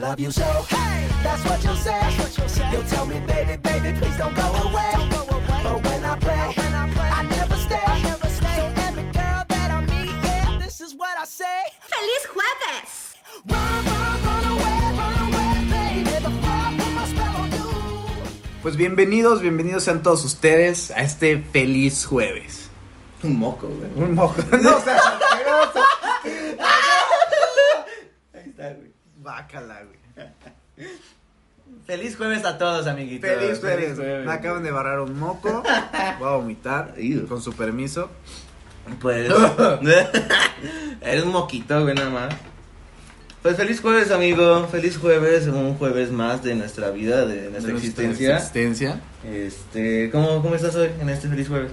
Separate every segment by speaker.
Speaker 1: love you so. Hey, that's what you'll say. You'll tell me, baby, baby, please don't go away. But when I play, I never stay. So every girl that I meet, yeah, this is what I say.
Speaker 2: ¡Feliz jueves!
Speaker 1: Run, run, run away, run away, baby. Before I put my spell on you.
Speaker 3: Pues bienvenidos, bienvenidos sean todos ustedes a este feliz jueves.
Speaker 4: Un moco, güey.
Speaker 3: Un moco. No, o sea,
Speaker 4: Ahí está, güey.
Speaker 3: bácala, güey.
Speaker 4: Feliz jueves a todos, amiguitos.
Speaker 3: Feliz jueves.
Speaker 4: jueves.
Speaker 3: Me acaban de barrar un moco. Voy a vomitar. Con su permiso.
Speaker 4: Pues. Eres un moquito, güey, nada más. Pues feliz jueves, amigo. Feliz jueves, un jueves más de nuestra vida, de nuestra existencia.
Speaker 3: Existencia.
Speaker 4: Este, ¿cómo, ¿cómo estás hoy en este feliz jueves?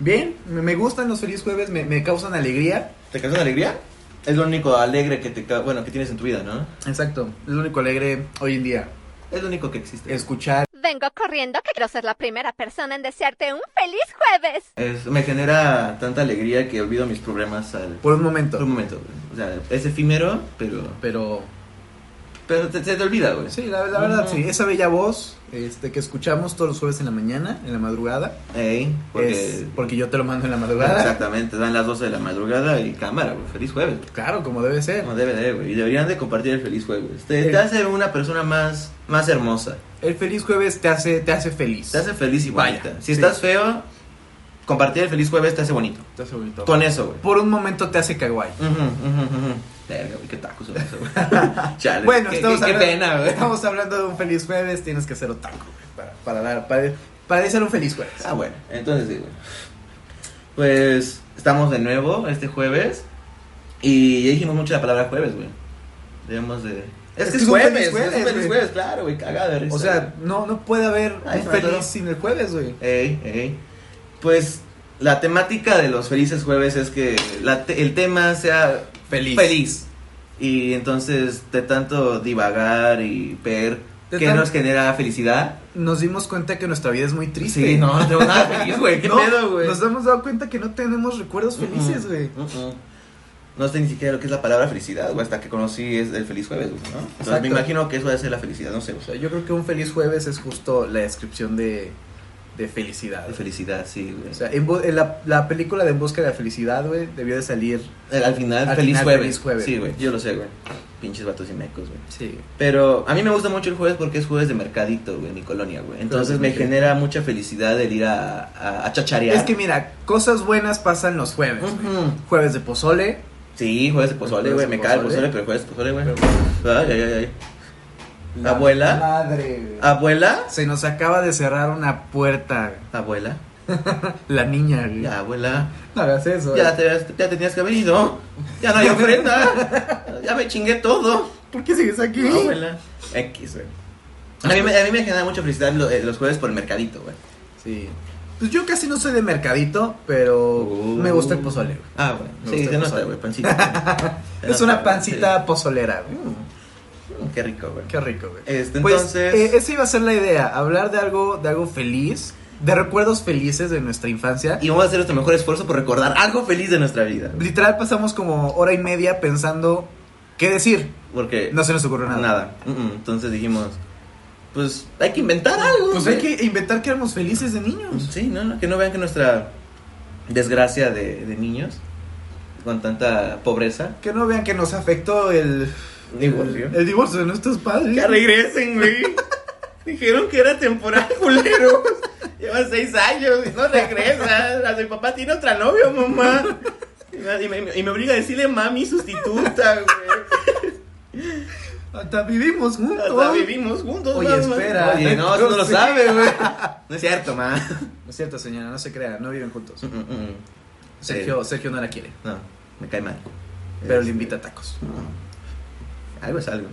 Speaker 3: Bien, me me gustan los feliz jueves, me, me causan alegría.
Speaker 4: ¿Te causa alegría? Es lo único alegre que te ca- bueno, que tienes en tu vida, ¿no?
Speaker 3: Exacto. Es lo único alegre hoy en día.
Speaker 4: Es lo único que existe.
Speaker 3: Escuchar.
Speaker 2: Vengo corriendo que quiero ser la primera persona en desearte un feliz jueves.
Speaker 4: Es- me genera tanta alegría que olvido mis problemas al
Speaker 3: Por un momento.
Speaker 4: por un momento. güey. O sea, es efímero, pero
Speaker 3: Pero.
Speaker 4: pero te- se te olvida, güey.
Speaker 3: Sí, la, la verdad,
Speaker 4: Ujú.
Speaker 3: sí. Esa bella voz este, que escuchamos todos los jueves en la mañana, en la madrugada.
Speaker 4: Ey, porque
Speaker 3: es porque yo te lo mando en la madrugada.
Speaker 4: Exactamente, dan las 12 de la madrugada y cámara, güey. Feliz jueves.
Speaker 3: Claro, como debe ser.
Speaker 4: Como debe de, güey. Y deberían de compartir el feliz jueves. Te,
Speaker 3: Sí.
Speaker 4: te hace una persona más, más hermosa.
Speaker 3: El feliz jueves te hace, te hace feliz.
Speaker 4: Te hace feliz y
Speaker 3: Vaya,
Speaker 4: bonita. Si
Speaker 3: sí.
Speaker 4: estás feo, compartir el feliz jueves te hace bonito.
Speaker 3: Te hace bonito.
Speaker 4: Con eso, güey.
Speaker 3: Por un momento te hace kawaii.
Speaker 4: Ujú, ujú, ujú. Verga, güey, qué tacos son eso, güey. Chale.
Speaker 3: Bueno,
Speaker 4: qué,
Speaker 3: estamos,
Speaker 4: qué- qué
Speaker 3: hablando,
Speaker 4: pena, güey.
Speaker 3: estamos hablando de un feliz jueves, tienes que hacer otaku, güey, para, para dar, para, para hacer un feliz jueves.
Speaker 4: Ah, bueno, entonces sí, güey. Pues estamos de nuevo este jueves. Y ya dijimos mucho la palabra jueves, güey. Debemos de.
Speaker 3: Es que es un feliz jueves,
Speaker 4: es un feliz
Speaker 3: güey.
Speaker 4: jueves, claro, güey, cagado de risa.
Speaker 3: o sea, no, no puede haber
Speaker 4: Ay,
Speaker 3: un
Speaker 4: se me atoró.
Speaker 3: feliz sin el jueves, güey.
Speaker 4: Ey, ey. Pues la temática de los felices jueves es que la te- el tema sea
Speaker 3: Feliz.
Speaker 4: feliz. Y entonces, de tanto divagar y ver
Speaker 3: De
Speaker 4: qué
Speaker 3: tan-
Speaker 4: nos genera felicidad.
Speaker 3: Nos dimos cuenta que nuestra vida es muy triste.
Speaker 4: Sí, no, no tengo nada feliz, güey. ¿Qué
Speaker 3: No,
Speaker 4: pedo, güey?
Speaker 3: Nos hemos dado cuenta que no tenemos recuerdos felices,
Speaker 4: Mm,
Speaker 3: güey.
Speaker 4: mm, mm. No sé ni siquiera lo que es la palabra felicidad, güey, hasta que conocí es el feliz jueves, güey, ¿no? Entonces,
Speaker 3: Exacto.
Speaker 4: me imagino que eso debe ser la felicidad, no sé, o
Speaker 3: O
Speaker 4: sea,
Speaker 3: sea, yo creo que un feliz jueves es justo la descripción de, de felicidad.
Speaker 4: de
Speaker 3: güey.
Speaker 4: felicidad, sí, güey.
Speaker 3: O sea, en bu- en la, la película de En Busca de la Felicidad, güey, debió de salir.
Speaker 4: al, al final,
Speaker 3: al
Speaker 4: feliz,
Speaker 3: final,
Speaker 4: jueves.
Speaker 3: feliz jueves.
Speaker 4: Sí, güey, yo lo sé, güey. Pinches vatos y mecos, güey.
Speaker 3: Sí.
Speaker 4: Pero a mí me gusta mucho el jueves porque es jueves de mercadito, güey, en mi colonia, güey. Entonces
Speaker 3: de
Speaker 4: me
Speaker 3: mercadito.
Speaker 4: genera mucha felicidad el ir a, a, a chacharear.
Speaker 3: Es que mira, cosas buenas pasan los jueves. güey.
Speaker 4: Ujú.
Speaker 3: Jueves de pozole.
Speaker 4: Sí, jueves de pozole,
Speaker 3: Jueves
Speaker 4: güey.
Speaker 3: de
Speaker 4: Me cae el pozole,
Speaker 3: pozole.
Speaker 4: pero jueves de pozole, güey.
Speaker 3: Pero-
Speaker 4: Ay, ay, ay, ay. ¿Abuela? Ah.
Speaker 3: Madre, güey.
Speaker 4: ¿Abuela?
Speaker 3: Se nos acaba de cerrar una puerta. güey.
Speaker 4: ¿Abuela?
Speaker 3: La niña, güey.
Speaker 4: Ya, abuela.
Speaker 3: No hagas eso.
Speaker 4: Ya,
Speaker 3: güey.
Speaker 4: te, ya tenías que haber ido. Ya no hay ofrenda. ya me chingué todo.
Speaker 3: ¿Por qué sigues aquí?
Speaker 4: Abuela. X, güey. A mí, me- a mí me genera mucha felicidad lo- eh, los jueves por el mercadito, güey.
Speaker 3: Sí. Pues yo casi no soy de mercadito, pero
Speaker 4: Uh.
Speaker 3: me gusta el pozole, güey.
Speaker 4: Ah, bueno.
Speaker 3: Me
Speaker 4: Sí,
Speaker 3: gusta
Speaker 4: se
Speaker 3: el
Speaker 4: nota,
Speaker 3: pozole.
Speaker 4: güey, pancita. Se
Speaker 3: Es
Speaker 4: nota,
Speaker 3: una
Speaker 4: güey,
Speaker 3: pancita pozolera,
Speaker 4: sí.
Speaker 3: güey.
Speaker 4: Mm, Qué rico, güey.
Speaker 3: Qué rico, güey.
Speaker 4: Este,
Speaker 3: Pues,
Speaker 4: entonces.
Speaker 3: eh, esa iba a ser la idea, hablar de algo, de algo feliz, de recuerdos felices de nuestra infancia.
Speaker 4: Y vamos a hacer nuestro mejor esfuerzo por recordar algo feliz de nuestra vida. güey.
Speaker 3: Literal pasamos como hora y media pensando qué decir.
Speaker 4: Porque.
Speaker 3: No se nos ocurrió nada.
Speaker 4: nada. Mm, mm. Entonces dijimos. Pues hay que inventar algo.
Speaker 3: Pues
Speaker 4: güey.
Speaker 3: hay que inventar que éramos felices de niños.
Speaker 4: Sí, no, no, que no vean que nuestra desgracia de, de niños con tanta pobreza.
Speaker 3: Que no vean que nos afectó el
Speaker 4: Divorcio.
Speaker 3: el, el divorcio de nuestros padres.
Speaker 4: Ya regresen, güey. Dijeron que era temporal, culero. Llevan seis años y no regresa. A mi papá tiene otra novia, mamá. Y me- Y me, y me obliga a decirle mami sustituta, güey.
Speaker 3: Hasta vivimos juntos.
Speaker 4: Hasta vivimos juntos,
Speaker 3: Oye,
Speaker 4: mamá.
Speaker 3: espera. ¿eh?
Speaker 4: Oye, no, eso no lo
Speaker 3: Sí.
Speaker 4: sabe, güey. No es cierto, ma.
Speaker 3: No es cierto, señora, no se crean, no viven juntos.
Speaker 4: Mm, mm, mm.
Speaker 3: Sergio, Sergio no la quiere,
Speaker 4: No, me cae mal.
Speaker 3: pero le
Speaker 4: Este,
Speaker 3: invita a tacos.
Speaker 4: Algo es algo.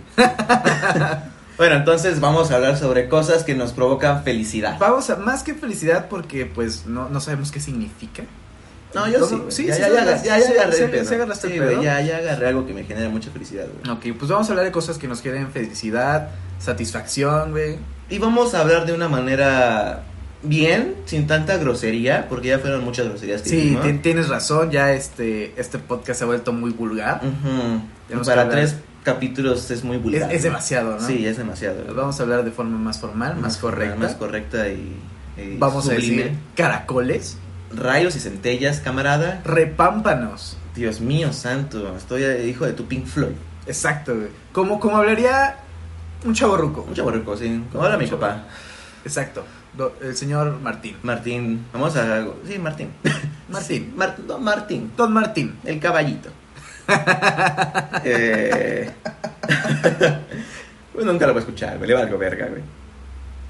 Speaker 4: bueno, entonces vamos a hablar sobre cosas que nos provocan felicidad.
Speaker 3: Vamos a más que felicidad porque pues no, no sabemos qué significa.
Speaker 4: No, yo sí.
Speaker 3: ¿Cómo?
Speaker 4: güey.
Speaker 3: Sí,
Speaker 4: ya,
Speaker 3: sí,
Speaker 4: ya,
Speaker 3: sí,
Speaker 4: ya,
Speaker 3: agarras-
Speaker 4: ya, ya
Speaker 3: sí,
Speaker 4: agarré
Speaker 3: sí,
Speaker 4: el pedo.
Speaker 3: sí agarraste el
Speaker 4: Sí, güey,
Speaker 3: pedo.
Speaker 4: ya, ya agarré algo que me genera mucha felicidad, güey.
Speaker 3: Ok, pues vamos a hablar de cosas que nos generen felicidad, satisfacción, güey.
Speaker 4: Y vamos a hablar de una manera bien, sin tanta grosería, porque ya fueron muchas groserías que
Speaker 3: Sí,
Speaker 4: hicimos.
Speaker 3: ti- tienes razón, ya este, este podcast se ha vuelto muy vulgar.
Speaker 4: Ujú.
Speaker 3: Tenemos que
Speaker 4: Para
Speaker 3: hablar.
Speaker 4: tres capítulos es muy
Speaker 3: Es,
Speaker 4: vulgar.
Speaker 3: es
Speaker 4: ¿no?
Speaker 3: demasiado, ¿no?
Speaker 4: Sí, es demasiado. güey.
Speaker 3: Vamos a hablar de forma más formal, más, correcta.
Speaker 4: Más correcta y, y
Speaker 3: Vamos
Speaker 4: sublime.
Speaker 3: a decir caracoles,
Speaker 4: Rayos y centellas, camarada.
Speaker 3: repámpanos.
Speaker 4: Dios mío, santo. Estoy eh, hijo de tu Pink Floyd.
Speaker 3: Exacto, güey. Como, como hablaría un chaborruco.
Speaker 4: Un chaborruco, sí. Hola, mi papá.
Speaker 3: Exacto. Do- el señor Martín.
Speaker 4: Martín. Vamos a. Sí, Martín.
Speaker 3: Martín.
Speaker 4: Mar- don Martín.
Speaker 3: Don Martín.
Speaker 4: El caballito. Eh, pues nunca lo voy a escuchar, güey. Le valgo verga, güey.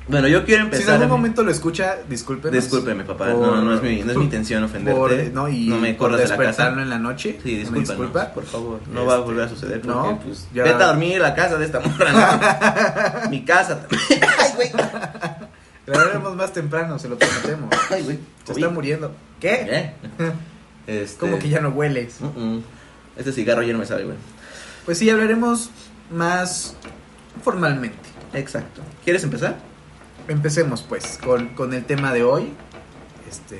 Speaker 4: Bueno, yo quiero
Speaker 3: Si
Speaker 4: empezar.
Speaker 3: en algún
Speaker 4: a-
Speaker 3: momento lo escucha, discúlpenos.
Speaker 4: Discúlpeme, papá. No, no es mi, no es mi intención ofenderte.
Speaker 3: Por, no, y
Speaker 4: No me
Speaker 3: por
Speaker 4: corras de la casa.
Speaker 3: despertarlo en la noche.
Speaker 4: Sí,
Speaker 3: Una
Speaker 4: discúlpanos,
Speaker 3: disculpa.
Speaker 4: por favor. No
Speaker 3: Este,
Speaker 4: va a volver a suceder porque,
Speaker 3: no,
Speaker 4: pues,
Speaker 3: ya-
Speaker 4: vete a dormir a la casa de esta morra, ¿no? Mi casa también. Ay, güey.
Speaker 3: Grabaremos más temprano, se lo prometemos.
Speaker 4: Ay, güey.
Speaker 3: Se está muriendo. ¿Qué?
Speaker 4: ¿Eh? Este...
Speaker 3: Como que ya no hueles.
Speaker 4: Mm, mm. Este cigarro ya no me sale, güey.
Speaker 3: Pues sí, hablaremos más formalmente.
Speaker 4: Exacto. ¿Quieres empezar?
Speaker 3: Empecemos pues con, con el tema de hoy. Este.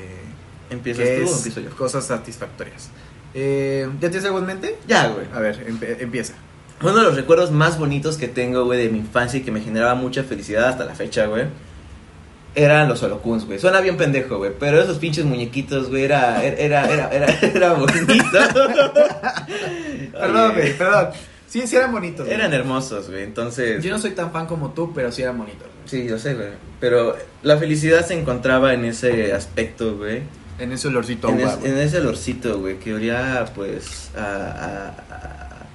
Speaker 4: ¿Empiezas
Speaker 3: que
Speaker 4: tú o
Speaker 3: es
Speaker 4: empiezo yo?
Speaker 3: Cosas satisfactorias. Eh, ¿Ya tienes algo en mente?
Speaker 4: Ya, güey.
Speaker 3: A ver, empe- empieza.
Speaker 4: Uno de los recuerdos más bonitos que tengo, güey, de mi infancia y que me generaba mucha felicidad hasta la fecha, güey, eran los holocuns, güey. Suena bien pendejo, güey, pero esos pinches muñequitos, güey, era, era, era, era, era bonito.
Speaker 3: Perdón,
Speaker 4: Oye,
Speaker 3: güey, perdón. Sí, sí eran bonitos. güey.
Speaker 4: Eran hermosos, güey, entonces...
Speaker 3: Yo no soy tan fan como tú, pero sí eran bonitos. güey.
Speaker 4: Sí, yo sé, güey. Pero la felicidad se encontraba en ese aspecto, güey.
Speaker 3: En ese olorcito a
Speaker 4: en,
Speaker 3: uva,
Speaker 4: es-
Speaker 3: güey.
Speaker 4: en ese olorcito, güey, que olía, pues, a, a- a-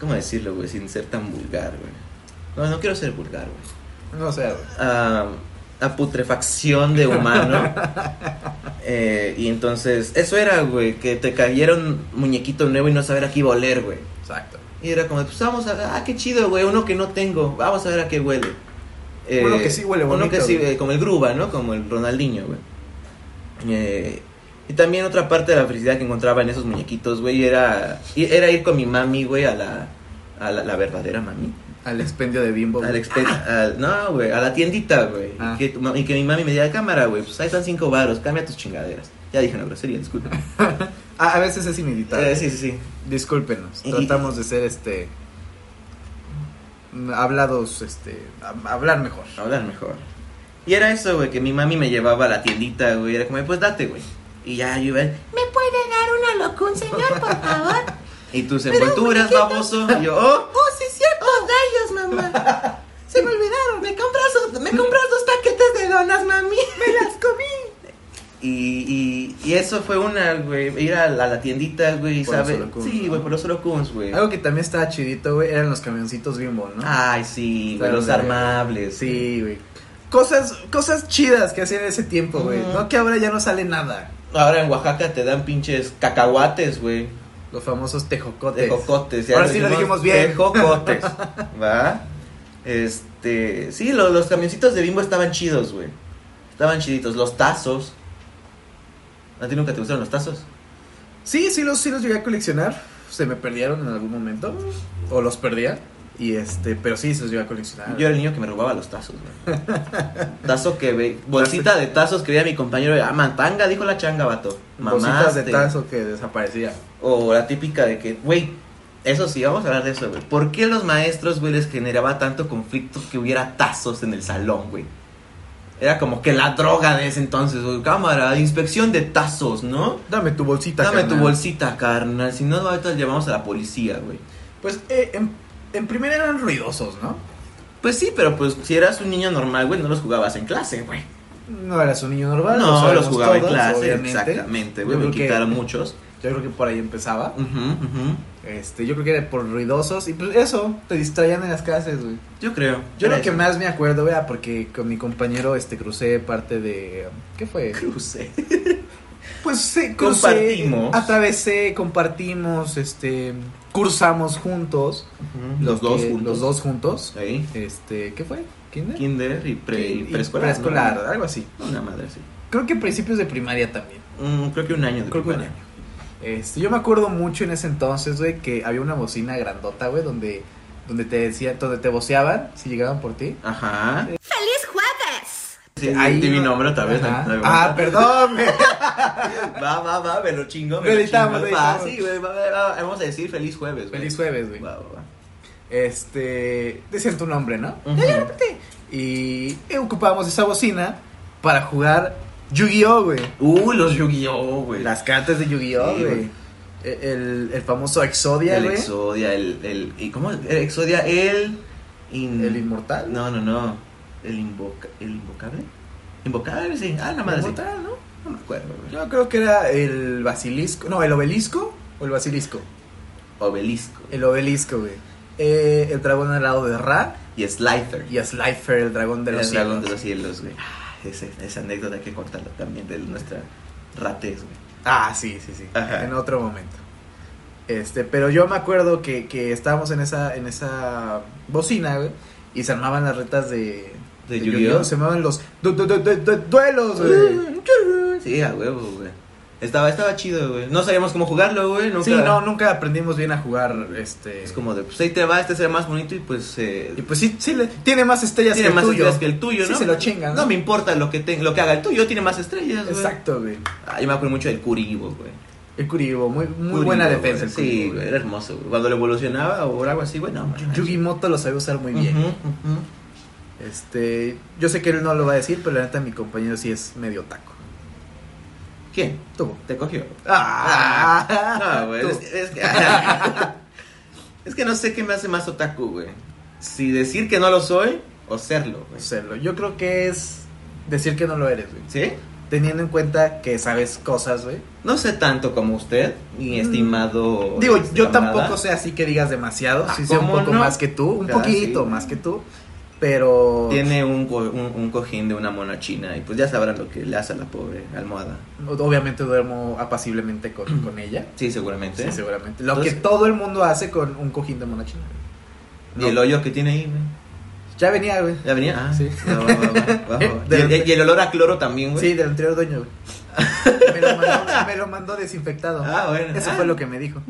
Speaker 4: ¿Cómo decirlo, güey? Sin ser tan vulgar, güey. No, no quiero ser vulgar, güey.
Speaker 3: No sé, güey.
Speaker 4: A, a putrefacción de humano. Eh, y entonces, eso era, güey, que te cayera un muñequito nuevo y no saber a qué iba a oler, güey.
Speaker 3: Exacto.
Speaker 4: Y era como, pues vamos a... Ah, qué chido, güey, uno que no tengo. Vamos a ver a qué huele. Eh,
Speaker 3: Uno que sí huele
Speaker 4: Uno
Speaker 3: bonito,
Speaker 4: que sí,
Speaker 3: güey.
Speaker 4: eh, como el Gruba, ¿no? Como el Ronaldinho, güey. Eh, y también otra parte de la felicidad que encontraba en esos muñequitos, güey, era, i- era ir con mi mami, güey, a la... A la, la verdadera mami.
Speaker 3: Al expendio de bimbo. güey.
Speaker 4: Al expe- al- no, güey, a la tiendita, güey.
Speaker 3: Ah.
Speaker 4: Y, que tu ma- y que mi mami me diga, cámara, güey, pues ahí están cinco varos, cambia tus chingaderas. Ya dije una grosería, disculpen.
Speaker 3: Ah, a veces es inevitable.
Speaker 4: Eh, sí, sí, sí.
Speaker 3: Discúlpenos.
Speaker 4: Y-
Speaker 3: Tratamos de ser este. mm, Hablados, este. hab- Hablar mejor.
Speaker 4: Hablar mejor. Y era eso, güey, que mi mami me llevaba a la tiendita, güey. Era como, pues date, güey. Y ya yo iba, ¿me puede dar una locun, señor, por favor? Y tus envolturas, baboso. Y yo, oh,
Speaker 1: Oh, sí, cierto, rayos, mamá. Se me olvidaron. Me compras, dos- me compras dos paquetes de donas, mami. Me las comí.
Speaker 4: y, y, y eso fue una, güey. Ir a la, a la tiendita, güey,
Speaker 3: Por los
Speaker 4: ¿sabes?
Speaker 3: holocuns,
Speaker 4: Sí,
Speaker 3: ¿no?
Speaker 4: güey, por los holocuns, güey.
Speaker 3: Algo que también estaba chidito, güey, eran los camioncitos bimbo, ¿no?
Speaker 4: Ay, sí, güey, los
Speaker 3: Claro,
Speaker 4: armables.
Speaker 3: Sí, güey. Cosas, cosas chidas que hacían en ese tiempo, güey.
Speaker 4: Ujú.
Speaker 3: No que ahora ya no sale nada.
Speaker 4: Ahora en Oaxaca te dan pinches cacahuates, güey.
Speaker 3: Los famosos tejocotes.
Speaker 4: De cocotes.
Speaker 3: Ahora sí lo dijimos bien.
Speaker 4: De cocotes. ¿Va? Este. Sí, lo- los camioncitos de bimbo estaban chidos, güey. Estaban chiditos. Los tazos. ¿A ti nunca te gustaron los tazos?
Speaker 3: Sí, sí los, sí los llegué a coleccionar. Se me perdieron en algún momento. O los perdía. Y este, pero sí, se los llegué a coleccionar.
Speaker 4: Yo era el niño que me robaba los tazos, güey. Tazo que ve. Bolsita de tazos que veía mi compañero. Ah, mantanga, dijo la changa, vato.
Speaker 3: Bolsitas de
Speaker 4: Mamaste.
Speaker 3: tazo que desaparecía.
Speaker 4: O la típica de que, güey. Eso sí, vamos a hablar de eso, güey. ¿Por qué los maestros, güey, les generaba tanto conflicto que hubiera tazos en el salón, güey? Era como que la droga de ese entonces, güey. Cámara, inspección de tazos, ¿no?
Speaker 3: Dame tu bolsita,
Speaker 4: Dame tu
Speaker 3: carnal.
Speaker 4: bolsita, carnal. Si no, ahorita llevamos a la policía, güey.
Speaker 3: Pues eh, en, en primera eran ruidosos, ¿no?
Speaker 4: Pues sí, pero pues si eras un niño normal, güey, no los jugabas en clase, güey.
Speaker 3: No eras un niño normal. lo
Speaker 4: No,
Speaker 3: sabemos
Speaker 4: los jugaba en
Speaker 3: todos,
Speaker 4: clase,
Speaker 3: obviamente.
Speaker 4: exactamente, güey.
Speaker 3: Yo
Speaker 4: Me
Speaker 3: creo que-
Speaker 4: quitaron muchos.
Speaker 3: Yo creo que por ahí empezaba.
Speaker 4: Ujú, ujú.
Speaker 3: Este, yo creo que era por ruidosos. Y pues eso, te distraían en las clases, güey.
Speaker 4: Yo creo.
Speaker 3: Yo
Speaker 4: Era
Speaker 3: lo que
Speaker 4: eso.
Speaker 3: más me acuerdo, vea, porque con mi compañero este crucé parte de ¿qué fue?
Speaker 4: crucé.
Speaker 3: Pues sí, crucé,
Speaker 4: Compartimos.
Speaker 3: atravesé, compartimos, este, cursamos juntos,
Speaker 4: Los
Speaker 3: Lo
Speaker 4: dos
Speaker 3: que-
Speaker 4: juntos.
Speaker 3: los dos juntos.
Speaker 4: Ahí.
Speaker 3: Este, ¿qué fue? ¿Kinder?
Speaker 4: Kinder y, pre, y
Speaker 3: Y- y
Speaker 4: preescolar. ¿no?
Speaker 3: preescolar, algo así.
Speaker 4: Una madre, sí.
Speaker 3: Creo que principios de primaria también.
Speaker 4: Mm, creo que un año de
Speaker 3: Creo que un
Speaker 4: primaria.
Speaker 3: Este, yo me acuerdo mucho en ese entonces, güey, que había una bocina grandota, güey, donde donde te decían, donde te voceaban si llegaban por ti.
Speaker 4: Ajá.
Speaker 2: ¡Feliz jueves!
Speaker 4: Sí,
Speaker 3: Ahí
Speaker 4: di mi
Speaker 3: no-
Speaker 4: nombre otra vez.
Speaker 3: Ajá.
Speaker 4: la- la-
Speaker 3: Ah, perdón. güey.
Speaker 4: Va, va, va, me lo chingo. Me
Speaker 3: Lo
Speaker 4: lo
Speaker 3: editamos,
Speaker 4: chingo.
Speaker 3: lo
Speaker 4: Va,
Speaker 3: editamos.
Speaker 4: sí, güey, va, va, va, Vamos a decir feliz jueves, güey.
Speaker 3: Feliz jueves, güey.
Speaker 4: Va, va, va.
Speaker 3: Este. Decían tu nombre, ¿no?
Speaker 4: Ujú.
Speaker 3: Y eh, ocupábamos esa bocina para jugar Yu-Gi-Oh, güey.
Speaker 4: Uh, los Yu-Gi-Oh, güey.
Speaker 3: Las cartas de Yu-Gi-Oh,
Speaker 4: Sí,
Speaker 3: güey.
Speaker 4: güey.
Speaker 3: E- El, el famoso Exodia,
Speaker 4: El
Speaker 3: güey.
Speaker 4: Exodia, el, el. ¿y ¿Cómo? El Exodia, el. in-
Speaker 3: El inmortal.
Speaker 4: No, no, no. El invoca, ¿El invocable? Invocable, sí. Ah, la madre. sí.
Speaker 3: Inmortal, ¿no?
Speaker 4: No me acuerdo, güey.
Speaker 3: Yo creo que era el basilisco. No, el obelisco o el basilisco.
Speaker 4: Obelisco.
Speaker 3: El obelisco, güey. Eh, el dragón alado de Ra
Speaker 4: Y Slifer.
Speaker 3: y a Slifer, el dragón de los
Speaker 4: el dragón
Speaker 3: cielos.
Speaker 4: de los cielos, güey. Ah, ese- esa, anécdota hay que contarla también de nuestra ratez, güey.
Speaker 3: Ah, sí, sí, sí.
Speaker 4: Ajá.
Speaker 3: En otro momento. Este, pero yo me acuerdo que, que estábamos en esa, en esa bocina, güey, y se armaban las retas de,
Speaker 4: De Yu-Gi-Oh. Uh,
Speaker 3: Se armaban los du- du- du- du- du- duelos, güey.
Speaker 4: Sí, a huevo, güey. Estaba, estaba chido, güey. No sabíamos cómo jugarlo, güey. Nunca.
Speaker 3: Sí, no, nunca aprendimos bien a jugar, este.
Speaker 4: Es como de, pues ahí te va, este será más bonito y pues. Eh,
Speaker 3: Y pues sí, sí, le- tiene más estrellas
Speaker 4: tiene
Speaker 3: que el
Speaker 4: más
Speaker 3: tuyo.
Speaker 4: estrellas que el tuyo,
Speaker 3: Sí
Speaker 4: ¿no?
Speaker 3: se lo chingan,
Speaker 4: ¿no?
Speaker 3: ¿no?
Speaker 4: me importa lo que, te- lo que haga el tuyo, tiene más estrellas, güey.
Speaker 3: Exacto, güey.
Speaker 4: Ah, yo me acuerdo mucho del Curibo, güey.
Speaker 3: El Kuribo, muy, muy
Speaker 4: Curibo,
Speaker 3: buena defensa.
Speaker 4: güey.
Speaker 3: el
Speaker 4: Sí,
Speaker 3: Kuribo,
Speaker 4: güey,
Speaker 3: güey.
Speaker 4: era hermoso, güey. Cuando lo evolucionaba o algo así, güey, no, man.
Speaker 3: Yugi Moto lo sabe usar muy bien.
Speaker 4: Ujú, ujú.
Speaker 3: Este, yo sé que él no lo va a decir, pero la neta mi compañero sí es medio taco.
Speaker 4: ¿Quién?
Speaker 3: Tú.
Speaker 4: Te cogió.
Speaker 3: Ah,
Speaker 4: No, güey.
Speaker 3: tú.
Speaker 4: Es, es que, es que no sé qué me hace más otaku, güey. Si decir que no lo soy o serlo, güey.
Speaker 3: Serlo. Yo creo que es decir que no lo eres, güey.
Speaker 4: ¿Sí?
Speaker 3: Teniendo en cuenta que sabes cosas, güey.
Speaker 4: No sé tanto como usted, mi estimado.
Speaker 3: Mm. Digo,
Speaker 4: este,
Speaker 3: yo
Speaker 4: camarada.
Speaker 3: tampoco sé así que digas demasiado.
Speaker 4: Ah,
Speaker 3: sí sé un
Speaker 4: ¿cómo
Speaker 3: poco
Speaker 4: no?
Speaker 3: más que tú, un
Speaker 4: Claro,
Speaker 3: poquito
Speaker 4: sí.
Speaker 3: más que tú, pero
Speaker 4: Tiene un, co- un, un cojín de una mona china y pues ya sabrán lo que le hace a la pobre almohada.
Speaker 3: obviamente duermo apaciblemente con, con ella.
Speaker 4: Sí, seguramente.
Speaker 3: Sí, seguramente. Lo
Speaker 4: Entonces-
Speaker 3: que todo el mundo hace con un cojín de mona china.
Speaker 4: Y
Speaker 3: No.
Speaker 4: el hoyo que tiene ahí, güey.
Speaker 3: Ya venía, güey.
Speaker 4: ¿Ya venía? Ah,
Speaker 3: Sí.
Speaker 4: va, va, va, va, va, va.
Speaker 3: De
Speaker 4: Y, el,
Speaker 3: repente.
Speaker 4: y el olor a cloro también, güey.
Speaker 3: Sí, del anterior dueño, güey. Me lo mandó, me lo mandó desinfectado.
Speaker 4: Ah, bueno.
Speaker 3: Eso
Speaker 4: Ah.
Speaker 3: fue lo que me dijo.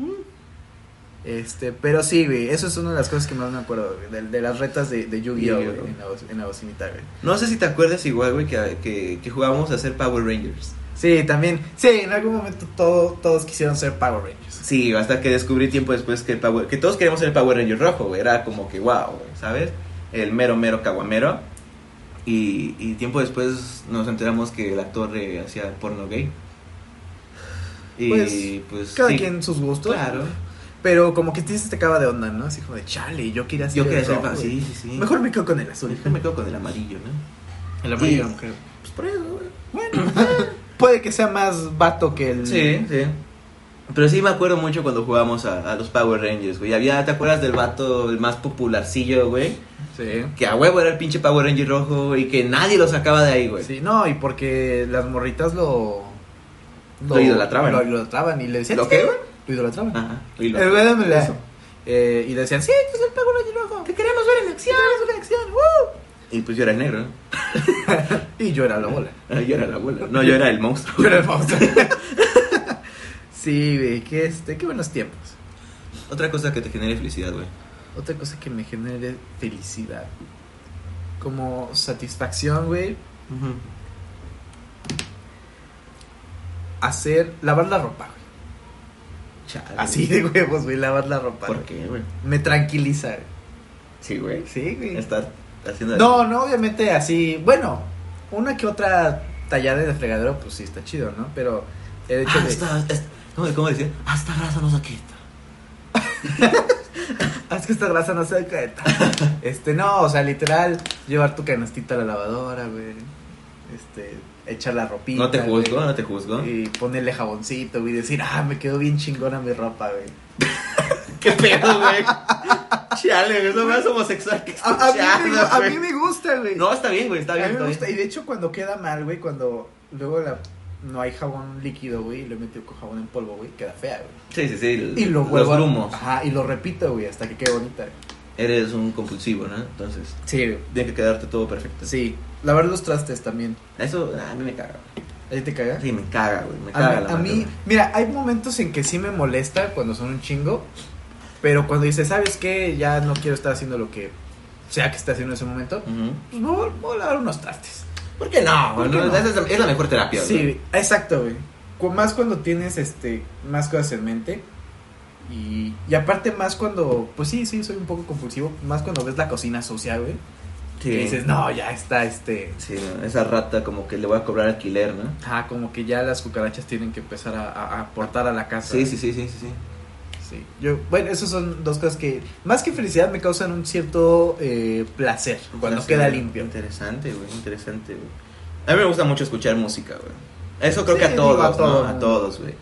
Speaker 3: Este, pero sí, güey, eso es una de las cosas que más me acuerdo, güey, de, de las retas de, de Yu-Gi-Oh, güey,
Speaker 4: Yu-Gi-Oh.
Speaker 3: en la, bo- en la bocinita, güey.
Speaker 4: No sé si te acuerdas igual, güey, que, que, que jugábamos a hacer Power Rangers.
Speaker 3: Sí, también, sí, en algún momento todo- todos quisieron ser Power Rangers.
Speaker 4: Sí, hasta que descubrí tiempo después que el Power, que todos queríamos ser el Power Ranger rojo, güey. Era como que wow, güey, ¿sabes? El mero mero caguamero. Y, y tiempo después nos enteramos que el actor eh, hacía porno gay. Y
Speaker 3: Pues,
Speaker 4: pues,
Speaker 3: Cada
Speaker 4: sí,
Speaker 3: quien sus gustos.
Speaker 4: claro.
Speaker 3: Pero como que te dices, te acaba de onda, ¿no? Así como de chale, yo quería ser
Speaker 4: Yo
Speaker 3: el
Speaker 4: quería ser
Speaker 3: rojo,
Speaker 4: pa-
Speaker 3: güey.
Speaker 4: sí, sí, sí.
Speaker 3: Mejor me quedo con el azul.
Speaker 4: Mejor me quedo con el amarillo, ¿no?
Speaker 3: El
Speaker 4: amarillo,
Speaker 3: Sí.
Speaker 4: Pues por eso, güey.
Speaker 3: Bueno, eh, puede que sea más vato que el.
Speaker 4: Sí, sí. Pero sí me acuerdo mucho cuando jugábamos a, a los Power Rangers, güey. Había, ¿te acuerdas del vato, el más popularcillo, güey?
Speaker 3: Sí.
Speaker 4: Que a huevo era el pinche Power Ranger rojo güey, y que nadie lo sacaba de ahí, güey.
Speaker 3: Sí, no, y porque las morritas lo.
Speaker 4: Lo idolatraban.
Speaker 3: Lo, idolatraban y le decían.
Speaker 4: ¿Lo qué, güey?
Speaker 3: Lo idolatraban.
Speaker 4: Ajá. Y lo-
Speaker 3: El güey dame la-
Speaker 4: Eso.
Speaker 3: Eh, y le decían, sí, tú eres el Power Ranger rojo. Te queremos ver en acción. Te queremos ver en acción. ¡Woo!
Speaker 4: Y pues yo era el negro, ¿no?
Speaker 3: Y yo era la bola.
Speaker 4: Ah, Yo era la abuela. No, yo era el monstruo.
Speaker 3: Yo era el Fausto. sí, güey, qué, este, qué buenos tiempos.
Speaker 4: Otra cosa que te genere felicidad, güey.
Speaker 3: Otra cosa que me genere felicidad. Como satisfacción, güey. Hacer. Lavar la ropa, güey.
Speaker 4: Chale.
Speaker 3: Así de huevos, güey. Lavar la ropa.
Speaker 4: ¿Por
Speaker 3: güey.
Speaker 4: qué, güey?
Speaker 3: Me tranquiliza, güey.
Speaker 4: Sí, güey.
Speaker 3: Sí, güey.
Speaker 4: Estar haciendo...
Speaker 3: No, no, obviamente así. Bueno, una que otra tallada de fregadero, pues sí, está chido, ¿no? Pero el hecho
Speaker 4: Ah,
Speaker 3: de.
Speaker 4: está- está- ¿Cómo, cómo decía? Hasta raza nos aquí está.
Speaker 3: Haz "Ah, que esta grasa no se dé cuenta. Este, no, o sea, literal, llevar tu canastita a la lavadora, güey. Este, echar la ropita.
Speaker 4: No te
Speaker 3: güey.
Speaker 4: juzgo, no te juzgo.
Speaker 3: Y ponerle jaboncito, güey. y Decir, ah, me quedó bien chingona mi ropa, güey.
Speaker 4: ¿Qué pedo, güey? Chale, güey, es lo más homosexual que he
Speaker 3: A, a mí,
Speaker 4: escuchado,
Speaker 3: me, a
Speaker 4: güey.
Speaker 3: mí me gusta, güey.
Speaker 4: No, está bien, güey, está
Speaker 3: a mí
Speaker 4: bien.
Speaker 3: me
Speaker 4: está
Speaker 3: gusta. Y
Speaker 4: bien.
Speaker 3: de hecho, cuando queda mal, güey, cuando luego la- no hay jabón líquido, güey, y lo he metido con jabón en polvo, güey, queda fea, güey.
Speaker 4: Sí, sí, sí. el-
Speaker 3: Y lo
Speaker 4: los
Speaker 3: vuelvo a-
Speaker 4: grumos.
Speaker 3: Ajá, y lo repito, güey, hasta que quede bonita.
Speaker 4: Eres un compulsivo, ¿no? Entonces,
Speaker 3: Sí, güey.
Speaker 4: tiene que quedarte todo perfecto.
Speaker 3: Sí. Lavar los trastes también.
Speaker 4: Eso ah, a mí me caga.
Speaker 3: ¿Ahí te caga?
Speaker 4: Sí, me caga, güey. Me
Speaker 3: A
Speaker 4: caga
Speaker 3: mí,
Speaker 4: la
Speaker 3: a
Speaker 4: madre,
Speaker 3: mí-
Speaker 4: güey.
Speaker 3: mira, hay momentos en que sí me molesta cuando son un chingo, pero cuando dices, ¿sabes qué? Ya no quiero estar haciendo lo que sea que esté haciendo en ese momento,
Speaker 4: Ujú.
Speaker 3: pues me voy, voy a lavar unos trastes.
Speaker 4: ¿Por qué no?
Speaker 3: ¿Por
Speaker 4: güey?
Speaker 3: qué
Speaker 4: No,
Speaker 3: no?
Speaker 4: esa Es, la, es la mejor terapia.
Speaker 3: Sí,
Speaker 4: güey.
Speaker 3: exacto, güey. Cu- Más cuando tienes este, más cosas en mente Y, y aparte más cuando, pues sí, sí, soy un poco compulsivo, más cuando ves la cocina sucia, güey.
Speaker 4: Sí.
Speaker 3: Que dices, no, ya está, este...
Speaker 4: Sí, ¿no? esa rata como que le voy a cobrar alquiler, ¿no?
Speaker 3: Ah, como que ya las cucarachas tienen que empezar a, a- a aportar a la casa.
Speaker 4: Sí, sí, sí, sí, sí. sí.
Speaker 3: Sí. Yo, bueno, esas son dos cosas que, más que felicidad, me causan un cierto eh, placer cuando
Speaker 4: Está
Speaker 3: queda
Speaker 4: siendo
Speaker 3: limpio.
Speaker 4: Interesante, güey, interesante, güey. A mí me gusta mucho escuchar música, güey. Eso creo
Speaker 3: Sí,
Speaker 4: que a
Speaker 3: digo,
Speaker 4: todos,
Speaker 3: a todo
Speaker 4: ¿no? A
Speaker 3: mundo.
Speaker 4: todos, güey.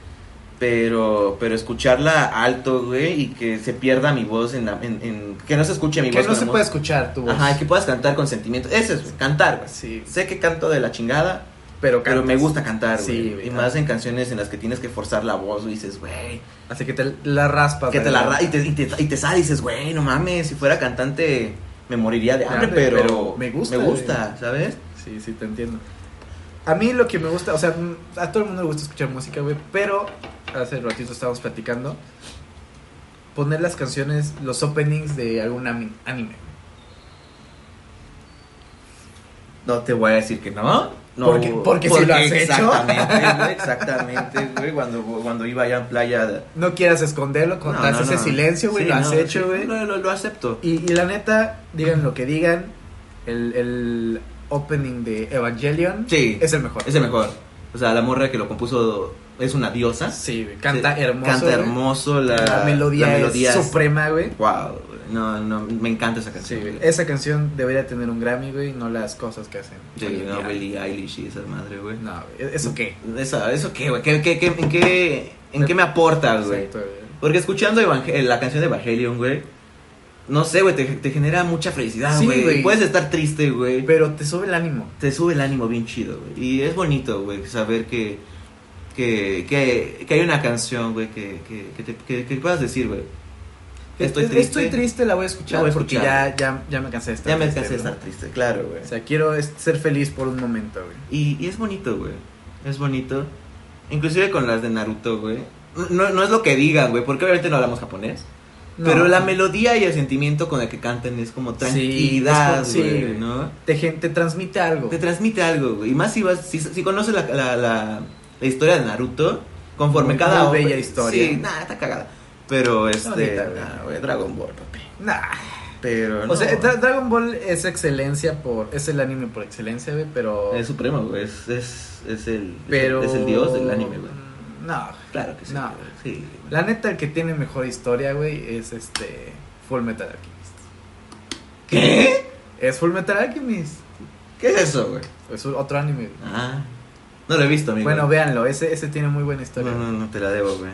Speaker 4: Pero, pero escucharla alto, güey, y que se pierda mi voz en la... En, en- que no se escuche mi
Speaker 3: Que
Speaker 4: voz.
Speaker 3: no
Speaker 4: con
Speaker 3: se
Speaker 4: la
Speaker 3: puede
Speaker 4: música.
Speaker 3: escuchar tu voz.
Speaker 4: Ajá, y que puedas cantar con sentimiento. Eso es, güey, cantar, güey.
Speaker 3: Sí,
Speaker 4: Sé que canto de la chingada,
Speaker 3: pero,
Speaker 4: pero me
Speaker 3: cantas.
Speaker 4: gusta cantar, güey.
Speaker 3: Sí,
Speaker 4: y
Speaker 3: güey.
Speaker 4: más en canciones en las que tienes que forzar la voz, güey, y dices, güey,
Speaker 3: Así que te la raspas.
Speaker 4: que te la
Speaker 3: ¿verdad?
Speaker 4: ra- y te, y te, y te sale y dices, güey, no mames, si fuera cantante me moriría de hambre,
Speaker 3: Hambre,
Speaker 4: pero,
Speaker 3: pero me gusta,
Speaker 4: me gusta, ¿sabes?
Speaker 3: Sí, sí, te entiendo. A mí lo que me gusta, o sea, m- a todo el mundo le gusta escuchar música, güey, pero hace ratito estábamos platicando. Poner las canciones, los openings de algún ami- anime.
Speaker 4: No te voy a decir que no. no
Speaker 3: Porque- porque si lo has hecho.
Speaker 4: Exactamente, güey, exactamente, güey, cuando, cuando iba allá en playa.
Speaker 3: No quieras esconderlo, contarse
Speaker 4: No, no,
Speaker 3: ese
Speaker 4: no.
Speaker 3: silencio, güey,
Speaker 4: Sí,
Speaker 3: lo has
Speaker 4: no, sí,
Speaker 3: hecho, güey.
Speaker 4: Lo, lo- lo acepto.
Speaker 3: Y, y la neta, digan lo que digan, el, el opening de Evangelion
Speaker 4: Sí.
Speaker 3: es el mejor.
Speaker 4: Es el mejor. O sea, la morra que lo compuso es una diosa.
Speaker 3: Sí, güey, canta
Speaker 4: Sí,
Speaker 3: hermoso.
Speaker 4: Canta
Speaker 3: güey.
Speaker 4: hermoso. La,
Speaker 3: La, melodía
Speaker 4: la melodía
Speaker 3: es suprema, güey.
Speaker 4: Wow, no, no, me encanta esa
Speaker 3: Sí,
Speaker 4: canción.
Speaker 3: güey.
Speaker 4: güey.
Speaker 3: Esa canción debería tener un Grammy, güey, no las cosas que hacen. hoy
Speaker 4: Sí,
Speaker 3: en
Speaker 4: no,
Speaker 3: día.
Speaker 4: Billie Eilish y esa madre, güey.
Speaker 3: No, güey, ¿eso qué?
Speaker 4: Esa- ¿Eso qué, güey? ¿Qué, qué, qué- en, qué, ¿En qué me aportas, Ah, güey?
Speaker 3: Exacto, güey.
Speaker 4: Porque escuchando Evangel- eh, la canción de Evangelion, güey, no sé, güey, te, te genera mucha felicidad,
Speaker 3: Sí,
Speaker 4: güey.
Speaker 3: güey.
Speaker 4: Puedes estar triste, güey.
Speaker 3: Pero te sube el ánimo.
Speaker 4: Te sube el ánimo bien chido, güey. Y es bonito, güey, saber que, que, que, que hay una canción, güey, que, que, que, te- que- que puedas decir, güey. Estoy triste.
Speaker 3: Estoy triste, la voy a escuchar,
Speaker 4: La voy a
Speaker 3: porque
Speaker 4: escuchar.
Speaker 3: ya, ya, ya me cansé de estar
Speaker 4: Ya me
Speaker 3: triste,
Speaker 4: cansé de
Speaker 3: ¿no?
Speaker 4: estar triste, claro, güey.
Speaker 3: O sea, quiero es- ser feliz por un momento, güey.
Speaker 4: Y, y es bonito, güey. Es bonito. Inclusive con las de Naruto, güey. No, no es lo que digan, güey, porque obviamente no hablamos japonés.
Speaker 3: No.
Speaker 4: Pero la melodía y el sentimiento con el que cantan es como tranquilidad,
Speaker 3: Sí, es como- sí,
Speaker 4: güey,
Speaker 3: güey.
Speaker 4: ¿no?
Speaker 3: Te, gen- te transmite algo.
Speaker 4: Te transmite algo, güey. Y más si vas, si, si conoces la, la, la, la historia de Naruto, conforme
Speaker 3: Muy- muy
Speaker 4: cada... ova-
Speaker 3: bella historia.
Speaker 4: Sí, nada, está cagada. Pero este...
Speaker 3: Bonita, güey.
Speaker 4: nah, güey, Dragon Ball, papi.
Speaker 3: Nah.
Speaker 4: Pero... no,
Speaker 3: O sea,
Speaker 4: güey.
Speaker 3: Dra- Dragon Ball es excelencia por. Es el anime por excelencia, güey, pero.
Speaker 4: es supremo, güey. Es, es, es, el,
Speaker 3: Oh. pero.
Speaker 4: es el dios del anime, güey.
Speaker 3: No.
Speaker 4: Claro que sí.
Speaker 3: No.
Speaker 4: güey, Sí, güey.
Speaker 3: La neta, el que tiene mejor historia, güey, es este. Full Metal Alchemist.
Speaker 4: ¿Qué?
Speaker 3: Es Full Metal Alchemist.
Speaker 4: ¿Qué es eso, güey?
Speaker 3: Es otro anime. güey.
Speaker 4: Ah, no lo he visto, amigo.
Speaker 3: Bueno, véanlo, ese, ese tiene muy buena historia.
Speaker 4: No, no, no te la debo, güey.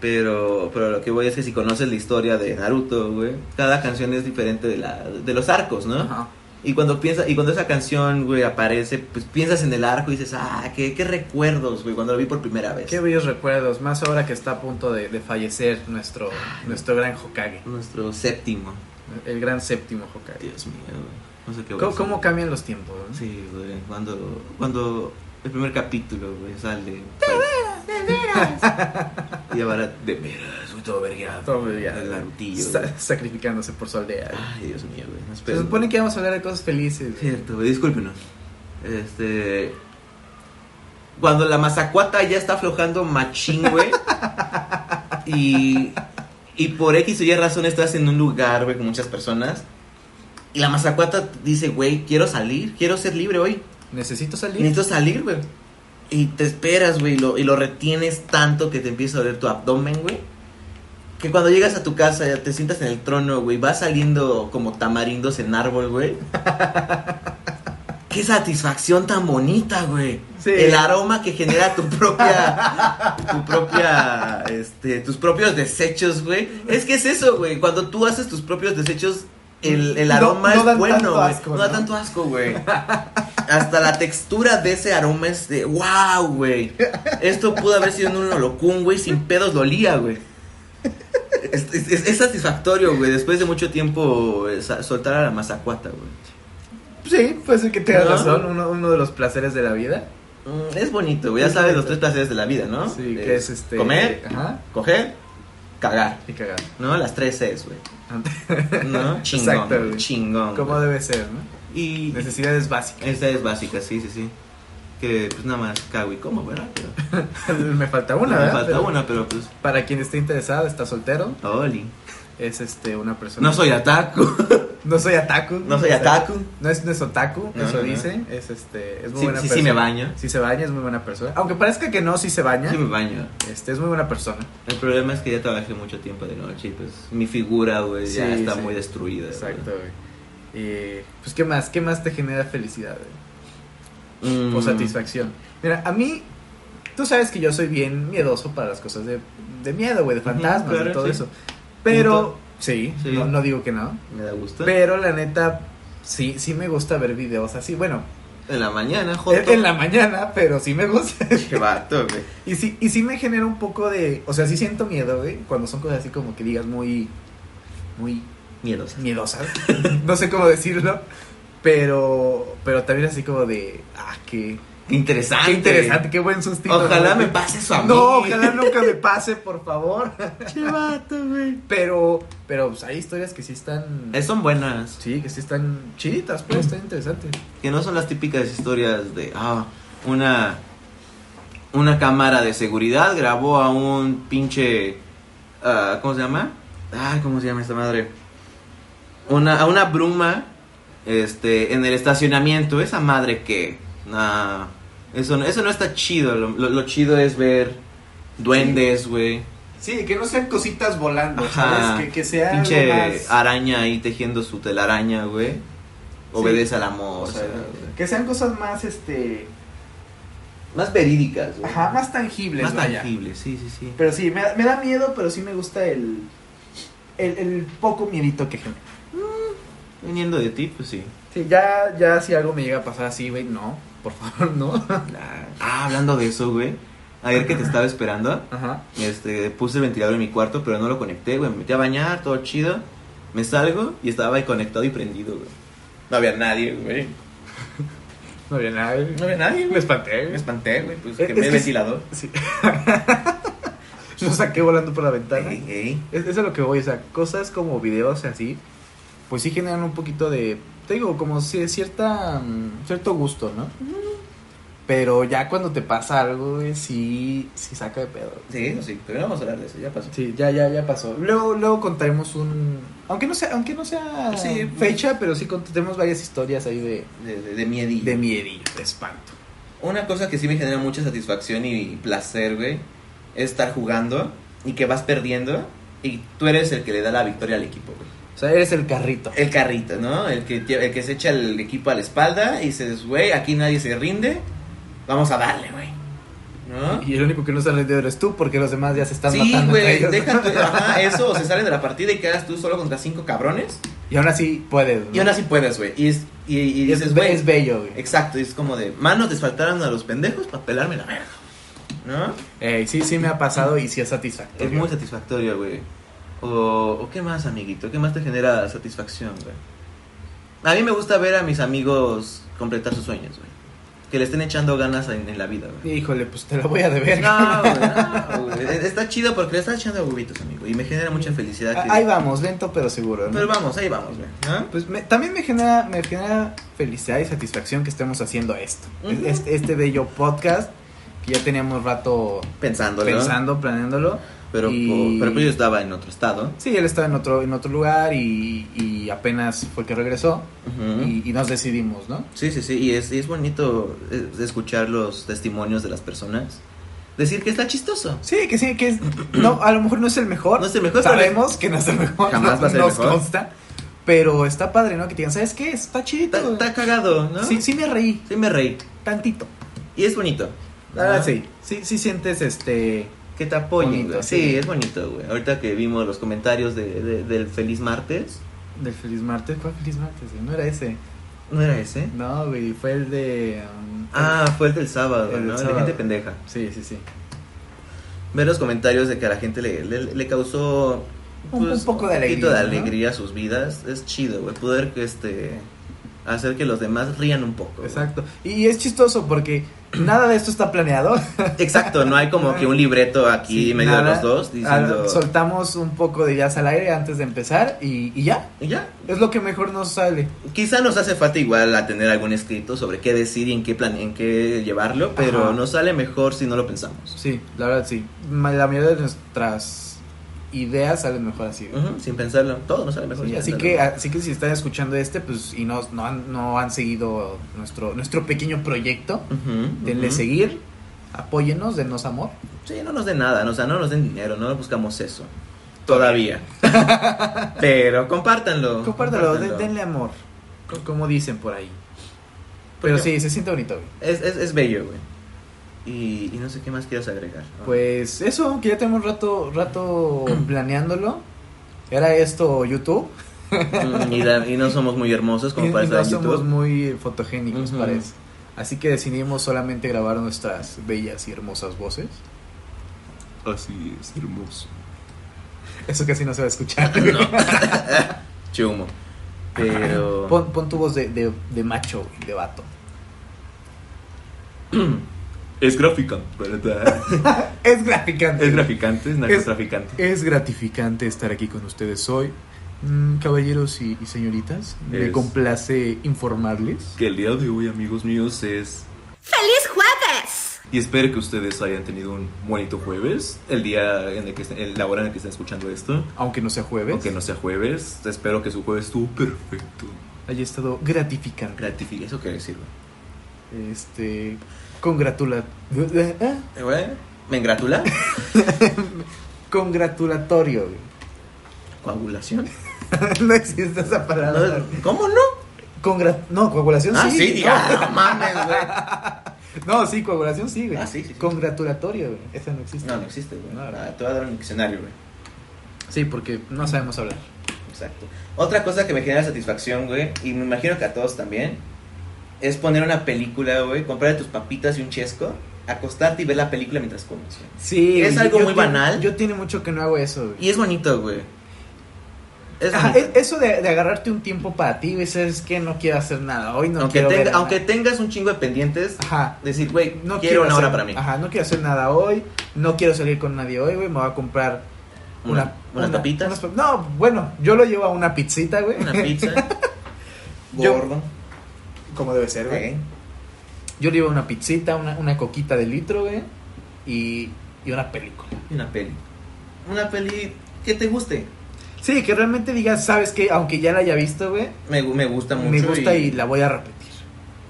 Speaker 4: Pero, pero lo que voy es que si conoces la historia de Naruto, güey, cada canción es diferente de, la, de los arcos, ¿no?
Speaker 3: Ajá.
Speaker 4: Y cuando piensas, y cuando esa canción, güey, aparece, pues piensas en el arco y dices, ah, qué, qué recuerdos, güey, cuando lo vi por primera vez.
Speaker 3: Qué bellos recuerdos, más ahora que está a punto de, de fallecer nuestro, nuestro gran Hokage,
Speaker 4: Nuestro séptimo.
Speaker 3: el gran séptimo Hokage.
Speaker 4: Dios mío, güey. No sé qué voy a
Speaker 3: ¿Cómo,
Speaker 4: hacer.
Speaker 3: cómo cambian los tiempos? no?
Speaker 4: Sí, güey, cuando, cuando el primer capítulo, güey, sale.
Speaker 5: De veras.
Speaker 4: Y ahora, de veras, güey, todo vergueado.
Speaker 3: Ah, Todo el día,
Speaker 4: El Narutillo,
Speaker 3: sa-
Speaker 4: güey.
Speaker 3: sacrificándose por su aldea.
Speaker 4: Ay, Dios mío, güey. no
Speaker 3: Se
Speaker 4: espero.
Speaker 3: supone que vamos a hablar de cosas felices. güey.
Speaker 4: Cierto, güey, discúlpenos. Este. Cuando la mazacuata ya está aflojando machín, güey. y. Y por X o Y razón estás en un lugar, güey, con muchas personas. Y la mazacuata dice, güey, quiero salir, quiero ser libre hoy.
Speaker 3: Necesito salir.
Speaker 4: Necesito salir, güey. Y te esperas, güey, y lo, y lo retienes tanto que te empieza a doler tu abdomen, güey. Que cuando llegas a tu casa, ya te sientas en el trono, güey, vas saliendo como tamarindos en árbol, güey. Qué satisfacción tan bonita, güey.
Speaker 3: Sí.
Speaker 4: El aroma que genera tu propia, tu propia, este, tus propios desechos, güey. Es que es eso, güey. Cuando tú haces tus propios desechos, el, el
Speaker 3: No-
Speaker 4: aroma
Speaker 3: no
Speaker 4: es
Speaker 3: dan
Speaker 4: bueno,
Speaker 3: tanto
Speaker 4: güey.
Speaker 3: asco,
Speaker 4: No da
Speaker 3: ¿no?
Speaker 4: tanto asco, güey. Hasta la textura de ese aroma es de wow, güey. Esto pudo haber sido en un holocún, güey, sin pedos lo olía, güey. Es, es- es- es satisfactorio, güey, después de mucho tiempo eh, sa- soltar a la mazacuata, güey.
Speaker 3: Sí, puede ser que tengas
Speaker 4: ¿No?
Speaker 3: razón, uno, uno de los placeres de la vida.
Speaker 4: Mm, Es bonito, güey, ya sabes los tres placeres de la vida, ¿no? Eh,
Speaker 3: Sí, que es este...
Speaker 4: Comer,
Speaker 3: Ajá.
Speaker 4: coger, cagar,
Speaker 3: Y cagar.
Speaker 4: ¿no? Las tres Cs, güey. ¿No? Chingón,
Speaker 3: Exacto,
Speaker 4: güey,
Speaker 3: güey.
Speaker 4: chingón.
Speaker 3: Como
Speaker 4: güey.
Speaker 3: debe ser, ¿no?
Speaker 4: Y
Speaker 3: Necesidades básicas.
Speaker 4: esa es básica, sí, sí, sí. Que pues nada más cago y como, ¿verdad? Pero,
Speaker 3: Me falta una,
Speaker 4: me
Speaker 3: ¿verdad?
Speaker 4: falta
Speaker 3: Pero
Speaker 4: una, pero pues.
Speaker 3: Para quien esté interesado, está soltero,
Speaker 4: Oli.
Speaker 3: es este una persona.
Speaker 4: No soy ataco.
Speaker 3: no soy ataku.
Speaker 4: No soy ataco.
Speaker 3: No es, no es otaku,
Speaker 4: No,
Speaker 3: eso
Speaker 4: no, no.
Speaker 3: dice. Es este, es muy
Speaker 4: Sí,
Speaker 3: buena
Speaker 4: sí, sí
Speaker 3: persona.
Speaker 4: me baño.
Speaker 3: Sí se baña, es muy buena persona. Aunque parezca que no, sí se baña.
Speaker 4: Sí me baño.
Speaker 3: Este, es muy buena persona.
Speaker 4: El problema es que ya trabajé mucho tiempo de noche y pues mi figura, güey, ya
Speaker 3: Sí,
Speaker 4: está
Speaker 3: sí.
Speaker 4: muy destruida. güey.
Speaker 3: Exacto, güey. Y, pues, ¿qué más? ¿Qué más te genera felicidad, güey?
Speaker 4: Mm.
Speaker 3: O satisfacción. Mira, a mí, tú sabes que yo soy bien miedoso para las cosas de, de miedo, güey, de
Speaker 4: Ujú,
Speaker 3: fantasmas, de
Speaker 4: claro,
Speaker 3: todo
Speaker 4: sí.
Speaker 3: eso. Pero,
Speaker 4: Punto.
Speaker 3: sí,
Speaker 4: Sí.
Speaker 3: No, no digo que no.
Speaker 4: Me da gusto.
Speaker 3: Pero la neta, sí, sí me gusta ver videos así. Bueno,
Speaker 4: En la mañana, joder.
Speaker 3: en, en la mañana, pero sí me gusta.
Speaker 4: Qué vato, güey.
Speaker 3: Y sí, y sí me genera un poco de. O sea, sí siento miedo, güey. Cuando son cosas así como que digas muy. Muy
Speaker 4: Miedosa.
Speaker 3: miedosas. no sé cómo decirlo. Pero. Pero también así como de. Ah, qué.
Speaker 4: Qué interesante.
Speaker 3: Qué interesante, qué buen sustito.
Speaker 4: Ojalá
Speaker 3: ¿no?
Speaker 4: me pase eso a mí.
Speaker 3: No, ojalá nunca me pase, por favor.
Speaker 4: Qué vato, güey.
Speaker 3: Pero. Pero pues, hay historias que sí están.
Speaker 4: Eh, Son buenas.
Speaker 3: Sí, que sí están chiditas, pues, pero están interesantes.
Speaker 4: Que no son las típicas historias de, ah, una, una cámara de seguridad grabó a un pinche, ah, ¿cómo se llama? Ay, ¿cómo se llama esta madre? Una, a una bruma, este, en el estacionamiento, esa madre que, nah, eso, no- eso no está chido, lo, lo- lo chido es ver duendes, güey.
Speaker 3: Sí, que no sean cositas volando,
Speaker 4: Ajá.
Speaker 3: ¿sabes? Que, que sea algo
Speaker 4: pinche
Speaker 3: más-
Speaker 4: araña ahí tejiendo su telaraña, güey. Obedece al amor,
Speaker 3: o sea,
Speaker 4: güey.
Speaker 3: que sean cosas más, este...
Speaker 4: Más verídicas, güey.
Speaker 3: Ajá, más tangibles,
Speaker 4: Más
Speaker 3: vaya.
Speaker 4: tangible, sí, sí, sí.
Speaker 3: Pero sí, me, me da miedo, pero sí me gusta el... El, el poco miedito que genera.
Speaker 4: Viniendo de ti, pues sí.
Speaker 3: Sí, ya, ya si algo me llega a pasar así, güey, no, por favor, no.
Speaker 4: Ah, hablando de eso, güey. Ayer que te estaba esperando,
Speaker 3: Ajá.
Speaker 4: este, puse el ventilador en mi cuarto, pero no lo conecté, güey. Me metí a bañar, todo chido. Me salgo y estaba ahí conectado y prendido, güey. No había nadie, güey.
Speaker 3: No había nada. güey.
Speaker 4: No había nadie,
Speaker 3: Me
Speaker 4: güey.
Speaker 3: espanté,
Speaker 4: Me
Speaker 3: güey.
Speaker 4: espanté, güey. Pues
Speaker 3: Es-
Speaker 4: quemé
Speaker 3: es
Speaker 4: el
Speaker 3: que-
Speaker 4: ventilador.
Speaker 3: Sí. Lo saqué volando por la ventana.
Speaker 4: Ey, ey.
Speaker 3: Es, es a lo que voy, o sea, cosas como videos y así, pues sí generan un poquito de, te digo, como ci- cierta, mm, cierto gusto, ¿no? Pero ya cuando te pasa algo, güey, sí, sí saca de pedo.
Speaker 4: Sí, eso sí, pero no vamos a hablar de eso, ya pasó.
Speaker 3: Sí, ya, ya, ya pasó. Luego, luego contaremos un, aunque no sea, aunque no sea
Speaker 4: Sí,
Speaker 3: fecha, pero sí contaremos varias historias ahí de,
Speaker 4: De, de, de miedillo.
Speaker 3: de miedillo, de espanto.
Speaker 4: Una cosa que sí me genera mucha satisfacción y placer, güey, es estar jugando y que vas perdiendo y tú eres el que le da la victoria al equipo, güey.
Speaker 3: O sea, eres el carrito.
Speaker 4: El carrito, ¿no? El que, tie- el que se echa el equipo a la espalda y dices, güey, aquí nadie se rinde, vamos a darle, güey. ¿No?
Speaker 3: Y el único que no se ha rendido eres tú, porque los demás ya se están
Speaker 4: Sí,
Speaker 3: matando entre
Speaker 4: güey,
Speaker 3: ellos.
Speaker 4: deja tu- ajá, eso, o se salen de la partida y quedas tú solo contra cinco cabrones.
Speaker 3: Y aún así puedes,
Speaker 4: Y aún así puedes, güey. Y, es- y, y
Speaker 3: es,
Speaker 4: dices,
Speaker 3: be-
Speaker 4: güey,
Speaker 3: es bello, güey.
Speaker 4: Exacto, y es como de manos les faltaron a los pendejos para pelarme la verga. ¿No?
Speaker 3: Ey, Eh, sí, sí me ha pasado y sí es
Speaker 4: Es
Speaker 3: satisfactorio.
Speaker 4: muy satisfactorio, güey. O, o qué más, amiguito, qué más te genera satisfacción, güey. A mí me gusta ver a mis amigos completar sus sueños, güey. Que le estén echando ganas en, en la vida, güey.
Speaker 3: Híjole, pues te lo voy a deber.
Speaker 4: No, güey, no, güey. Está chido porque le estás echando huevitos, amigo. Y me genera mucha felicidad. que-
Speaker 3: Ah, Ahí vamos, lento pero seguro. ¿no?
Speaker 4: Pero vamos, ahí vamos, güey. ¿no?
Speaker 3: Pues me- también me genera, me genera felicidad y satisfacción que estemos haciendo esto.
Speaker 4: Ujú.
Speaker 3: este, este bello podcast que ya teníamos rato
Speaker 4: Pensándolo.
Speaker 3: pensando, planeándolo.
Speaker 4: Pero,
Speaker 3: Y-
Speaker 4: pero pues yo estaba en otro estado.
Speaker 3: Sí, él estaba en otro, en otro lugar y, y apenas fue que regresó
Speaker 4: Ujú.
Speaker 3: y, y nos decidimos, ¿no?
Speaker 4: Sí, sí, sí, y es, y es bonito eh, escuchar los testimonios de las personas. Decir que está chistoso.
Speaker 3: Sí, que sí, que es, no, a lo mejor no es el mejor.
Speaker 4: No es el mejor, pero-
Speaker 3: Sabemos que no es el mejor.
Speaker 4: Jamás va a ser el
Speaker 3: nos
Speaker 4: mejor.
Speaker 3: consta. Pero está padre, ¿no? Que te digan, ¿sabes qué? Está chidito.
Speaker 4: Está,
Speaker 3: güey".
Speaker 4: está cagado, ¿no?
Speaker 3: Sí, sí me reí,
Speaker 4: Sí me reí.
Speaker 3: tantito.
Speaker 4: Y es bonito.
Speaker 3: Ah,
Speaker 4: Ajá.
Speaker 3: sí. Sí, sí sientes este.
Speaker 4: Que te apoyen.
Speaker 3: Bonito,
Speaker 4: güey.
Speaker 3: sí.
Speaker 4: sí. es bonito, güey. Ahorita que vimos los comentarios de, de- del Feliz Martes.
Speaker 3: Del feliz martes. ¿Cuál feliz martes? güey? No era ese.
Speaker 4: ¿No era ese?
Speaker 3: No, güey, fue el de. um,
Speaker 4: Ah, fue el del sábado,
Speaker 3: El del
Speaker 4: ¿no? El
Speaker 3: sábado.
Speaker 4: de gente pendeja.
Speaker 3: Sí, sí, sí.
Speaker 4: Ver los comentarios de que a la gente le, le, le causó... pues,
Speaker 3: Un- un poco de
Speaker 4: poquito de
Speaker 3: alegría, ¿no?
Speaker 4: alegría a sus vidas. Es chido, güey. Poder que este... Hacer que los demás rían un poco. güey.
Speaker 3: Exacto. Y es chistoso porque Nada de esto está planeado.
Speaker 4: Exacto, no hay como que un libreto aquí
Speaker 3: Sí,
Speaker 4: en medio de
Speaker 3: nada.
Speaker 4: los dos diciendo.
Speaker 3: Ah, soltamos un poco de jazz al aire antes de empezar y, y ya.
Speaker 4: Y ya.
Speaker 3: Es lo que mejor nos sale.
Speaker 4: Quizá nos hace falta igual a tener algún escrito sobre qué decir y en qué plan, en qué llevarlo, pero
Speaker 3: Ajá.
Speaker 4: nos sale mejor si no lo pensamos.
Speaker 3: Sí, la verdad sí. Ma- La mayoría de nuestras ideas salen mejor así. güey.
Speaker 4: Ujú, sin pensarlo, todo nos sale mejor.
Speaker 3: Sí,
Speaker 4: sin
Speaker 3: así que ah,
Speaker 4: pensarlo.
Speaker 3: así que si están escuchando este pues y no, no, han, no han seguido nuestro nuestro pequeño proyecto,
Speaker 4: Ujú,
Speaker 3: denle
Speaker 4: ujú.
Speaker 3: seguir, apóyennos, denos amor.
Speaker 4: Sí, no nos den nada, o sea, no nos den dinero, no buscamos eso. Todavía. pero compártanlo.
Speaker 3: Compártelo, de- denle amor, co- como dicen por ahí. Pero
Speaker 4: Porque-
Speaker 3: sí, se siente bonito. güey.
Speaker 4: Es, es, es bello, güey. Y, y no sé qué más quieres agregar.
Speaker 3: Pues eso, que ya tenemos rato rato planeándolo. Era esto YouTube.
Speaker 4: Mm, y, la- y no somos muy hermosos
Speaker 3: Y-
Speaker 4: como
Speaker 3: y
Speaker 4: para estar
Speaker 3: no
Speaker 4: en YouTube.
Speaker 3: somos muy fotogénicos,
Speaker 4: Ujú.
Speaker 3: parece. Así que decidimos solamente grabar nuestras bellas y hermosas voces.
Speaker 6: Así es, hermoso.
Speaker 3: Eso casi no se va a escuchar.
Speaker 4: Che humo. Pero.
Speaker 3: Pon, pon tu voz de, de, de macho, güey, de vato.
Speaker 6: Es gráfica, ¿verdad?
Speaker 3: Es gratificante.
Speaker 6: Es graficante, es narcotraficante.
Speaker 3: Es gratificante estar aquí con ustedes hoy. Mm, caballeros y, y señoritas, me
Speaker 6: Es-
Speaker 3: complace informarles.
Speaker 6: Que el día de hoy, amigos míos, es
Speaker 2: ¡Feliz jueves!
Speaker 6: Y espero que ustedes hayan tenido un bonito jueves, el día en el que est- el- la hora en la que estén escuchando esto,
Speaker 3: Aunque no sea jueves,
Speaker 6: aunque no sea jueves. Espero que su jueves estuvo perfecto.
Speaker 3: haya estado gratificante.
Speaker 4: Gratifica, eso quiere decir, güey.
Speaker 3: Este. Congratula.
Speaker 4: Eh, güey, ¿Me engratula?
Speaker 3: Congratulatorio. güey.
Speaker 4: Coagulación.
Speaker 3: no existe esa palabra.
Speaker 4: No, ¿Cómo no?
Speaker 3: Congra- no, coagulación
Speaker 4: ah,
Speaker 3: sí.
Speaker 4: sí,
Speaker 3: no.
Speaker 4: diga. No, mames, güey.
Speaker 3: No, sí, coagulación sí, güey.
Speaker 4: Ah, sí, sí, sí.
Speaker 3: Congratulatorio, güey. Esa no existe.
Speaker 4: No, no existe, güey.
Speaker 3: No, no.
Speaker 4: Ah, te voy a dar un diccionario, güey.
Speaker 3: Sí, porque no sabemos hablar.
Speaker 4: Exacto. Otra cosa que me genera satisfacción, güey, y me imagino que a todos también, es poner una película, güey, comprar tus papitas y un chesco, acostarte y ver la película mientras comes, güey.
Speaker 3: Sí,
Speaker 4: Es
Speaker 3: güey,
Speaker 4: algo
Speaker 3: yo
Speaker 4: muy
Speaker 3: tiene-
Speaker 4: banal.
Speaker 3: Yo tiene mucho que no hago eso, güey.
Speaker 4: Y es bonito, güey. Ah, Es
Speaker 3: Ajá,
Speaker 4: bonito.
Speaker 3: e- eso de, de agarrarte un tiempo para ti, güey, es que no quiero hacer nada. Hoy no
Speaker 4: aunque,
Speaker 3: quiero.
Speaker 4: tenga-
Speaker 3: ver
Speaker 4: aunque
Speaker 3: nada.
Speaker 4: tengas un chingo de pendientes,
Speaker 3: Ajá.
Speaker 4: decir, güey,
Speaker 3: No
Speaker 4: no quiero, una
Speaker 3: hacer-
Speaker 4: hora para mí.
Speaker 3: Ajá, no quiero hacer nada hoy. No quiero salir con nadie hoy, güey. Me voy a comprar una.
Speaker 4: Una- unas tapitas.
Speaker 3: unas pap- no, bueno, yo lo llevo a una pizzita, güey.
Speaker 4: Una pizza.
Speaker 3: Yo-
Speaker 4: gordo.
Speaker 3: Como debe ser, güey.
Speaker 4: eh,
Speaker 3: Yo le llevo una pizzita, una, una coquita de litro, güey. Y, y una película.
Speaker 4: y una peli. Una peli que te guste.
Speaker 3: Sí, que realmente digas, sabes que aunque ya la haya visto, güey,
Speaker 4: Me, gu- me gusta mucho.
Speaker 3: me gusta y... la voy a repetir.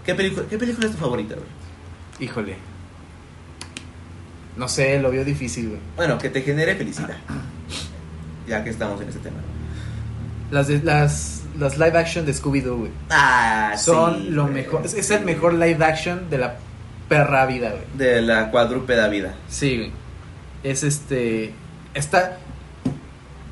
Speaker 4: ¿Qué, película, ¿Qué película es tu favorita, güey?
Speaker 3: Híjole. No sé, lo veo difícil, güey.
Speaker 4: Bueno, que te genere felicidad. Ya que estamos en este tema.
Speaker 3: Las, de- las, las live action de Scooby-Doo, güey.
Speaker 4: Ah,
Speaker 3: Son
Speaker 4: sí,
Speaker 3: lo
Speaker 4: güey.
Speaker 3: mejor. Es, es el mejor live action de la perra vida, güey.
Speaker 4: De la cuadrúpeda vida.
Speaker 3: Sí, güey. Es este. Está.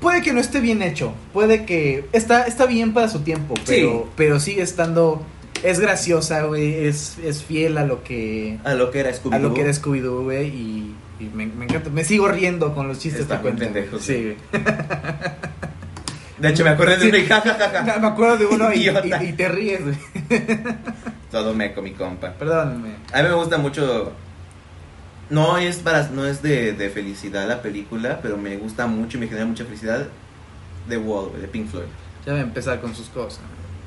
Speaker 3: Puede que no esté bien hecho. Puede que. Está, está bien para su tiempo. Pero, pero sigue estando. Es graciosa, güey. Es, es fiel a lo que.
Speaker 4: A lo que era Scooby-Doo.
Speaker 3: A lo que era Scooby-Doo, güey. Y, y me, me encanta. Me sigo riendo con los chistes
Speaker 4: Está
Speaker 3: que
Speaker 4: bien
Speaker 3: cuentan.
Speaker 4: pendejos,
Speaker 3: Sí, güey.
Speaker 4: De hecho, me acordé de uno y ja, ja, ja, ja.
Speaker 3: Me acuerdo de uno y,
Speaker 4: Idiota.
Speaker 3: y- y te ríes, güey.
Speaker 4: Todo meco, mi compa.
Speaker 3: Perdónenme.
Speaker 4: A mí me gusta mucho. No es para no es de, de felicidad la película, pero me gusta mucho y me genera mucha felicidad The Wall, güey, de Pink Floyd.
Speaker 3: Ya voy a empezar con sus cosas.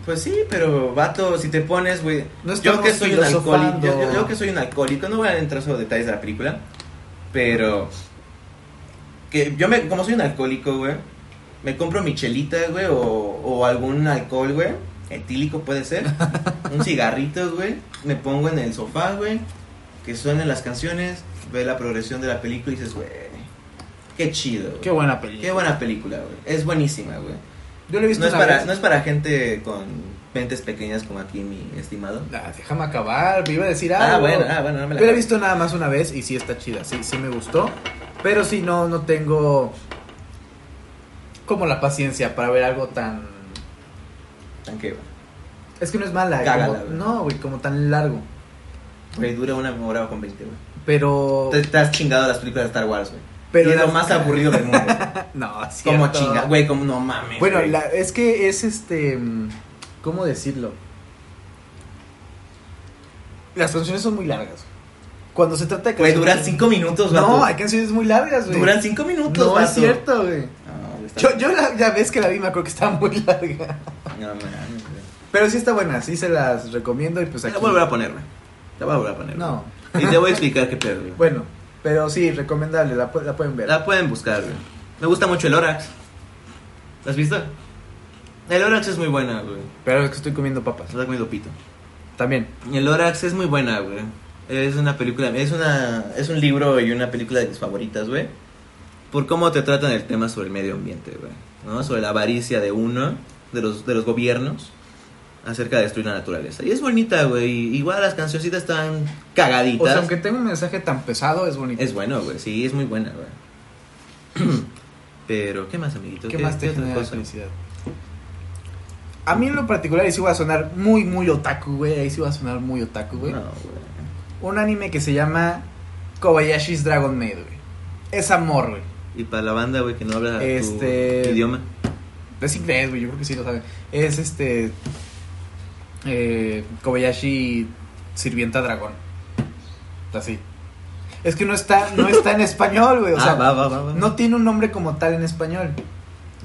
Speaker 4: Pues sí, pero vato, si te pones, güey.
Speaker 3: No
Speaker 4: yo
Speaker 3: estamos
Speaker 4: que soy un
Speaker 3: filosofando.
Speaker 4: alcohólico. Yo, yo- yo que soy un alcohólico, no voy a entrar sobre detalles de la película. Pero. Que yo me. Como soy un alcohólico, güey. Me compro mi chelita, güey. O, o algún alcohol, güey. Etílico puede ser. un cigarrito, güey. Me pongo en el sofá, güey. Que suenen las canciones. Ve la progresión de la película y dices, güey. Qué chido. güey.
Speaker 3: Qué buena película.
Speaker 4: Qué buena película, güey. Es buenísima, güey.
Speaker 3: Yo lo he visto
Speaker 4: No es,
Speaker 3: una
Speaker 4: para,
Speaker 3: vez.
Speaker 4: no es para gente con mentes pequeñas como aquí, mi estimado.
Speaker 3: Ah, déjame acabar, me iba a decir algo.
Speaker 4: Ah, bueno, ah, bueno, no me la
Speaker 3: Yo la he visto nada más una vez y sí está chida, sí, sí me gustó. Pero sí, no, no tengo como la paciencia para ver algo tan...
Speaker 4: Tan que,
Speaker 3: Es que no es mala. eh,
Speaker 4: Cágala,
Speaker 3: como-
Speaker 4: güey.
Speaker 3: No, güey, como tan largo.
Speaker 4: Güey, dura una hora con 20, güey.
Speaker 3: Pero...
Speaker 4: Te, te has chingado las películas de Star Wars, güey.
Speaker 3: Oh. Pero
Speaker 4: Pero es lo
Speaker 3: las-
Speaker 4: más aburrido del mundo. güey.
Speaker 3: No, es
Speaker 4: como
Speaker 3: cierto.
Speaker 4: chinga, güey, como no mames.
Speaker 3: Bueno,
Speaker 4: güey.
Speaker 3: la- es que es este... mm, ¿Cómo decirlo? Las canciones son muy largas. Cuando se trata de
Speaker 4: Güey, duran cinco minutos, vato.
Speaker 3: No, hay canciones muy largas, güey.
Speaker 4: Duran cinco minutos,
Speaker 3: No,
Speaker 4: vato.
Speaker 3: es cierto, güey.
Speaker 4: No, güey, está-
Speaker 3: Yo, yo la, la vez que la vi me acuerdo que estaba muy larga.
Speaker 4: No, mames, güey.
Speaker 3: Pero sí está buena, sí se las recomiendo y pues
Speaker 4: Te
Speaker 3: aquí...
Speaker 4: la voy a volver a poner, güey. Te voy a volver a poner.
Speaker 3: No,
Speaker 4: güey. Y te voy a explicar qué pedo, güey.
Speaker 3: bueno, pero sí, recomendable, la, pu- la pueden ver.
Speaker 4: La pueden buscar, güey. Me gusta mucho el Orax. ¿La has visto? El Orax es muy buena, güey.
Speaker 3: Pero es que estoy comiendo papas.
Speaker 4: Se está comiendo pito.
Speaker 3: También.
Speaker 4: El Orax es muy buena, güey. Es una película, es una es un libro y una película de mis favoritas, güey. Por cómo te tratan el tema sobre el medio ambiente, güey. ¿No? Sobre la avaricia de uno, de los de los gobiernos acerca de destruir la naturaleza. Y es bonita, güey. Igual las cancioncitas están
Speaker 3: O
Speaker 4: cagaditas.
Speaker 3: sea, aunque tenga un mensaje tan pesado, es bonito.
Speaker 4: Es bueno, güey. Sí, es muy buena, güey. Pero ¿qué más, amiguito?
Speaker 3: ¿Qué, más te
Speaker 4: otra
Speaker 3: genera
Speaker 4: cosa?
Speaker 3: felicidad? A mí en lo particular, y sí va a sonar muy, muy otaku, güey. Ahí sí va a sonar muy otaku, güey.
Speaker 4: No, güey.
Speaker 3: Un anime que se llama Kobayashi's Dragon Maid, güey. Es amor, güey.
Speaker 4: Y para la banda, güey, que no habla tu
Speaker 3: Este-
Speaker 4: idioma.
Speaker 3: Es inglés, güey. Yo creo que sí lo saben. Es este. eh, Kobayashi Sirvienta Dragón. Así. Es que no está, no está en español, güey. O
Speaker 4: Ah,
Speaker 3: sea,
Speaker 4: va, va, va, va.
Speaker 3: no tiene un nombre como tal en español.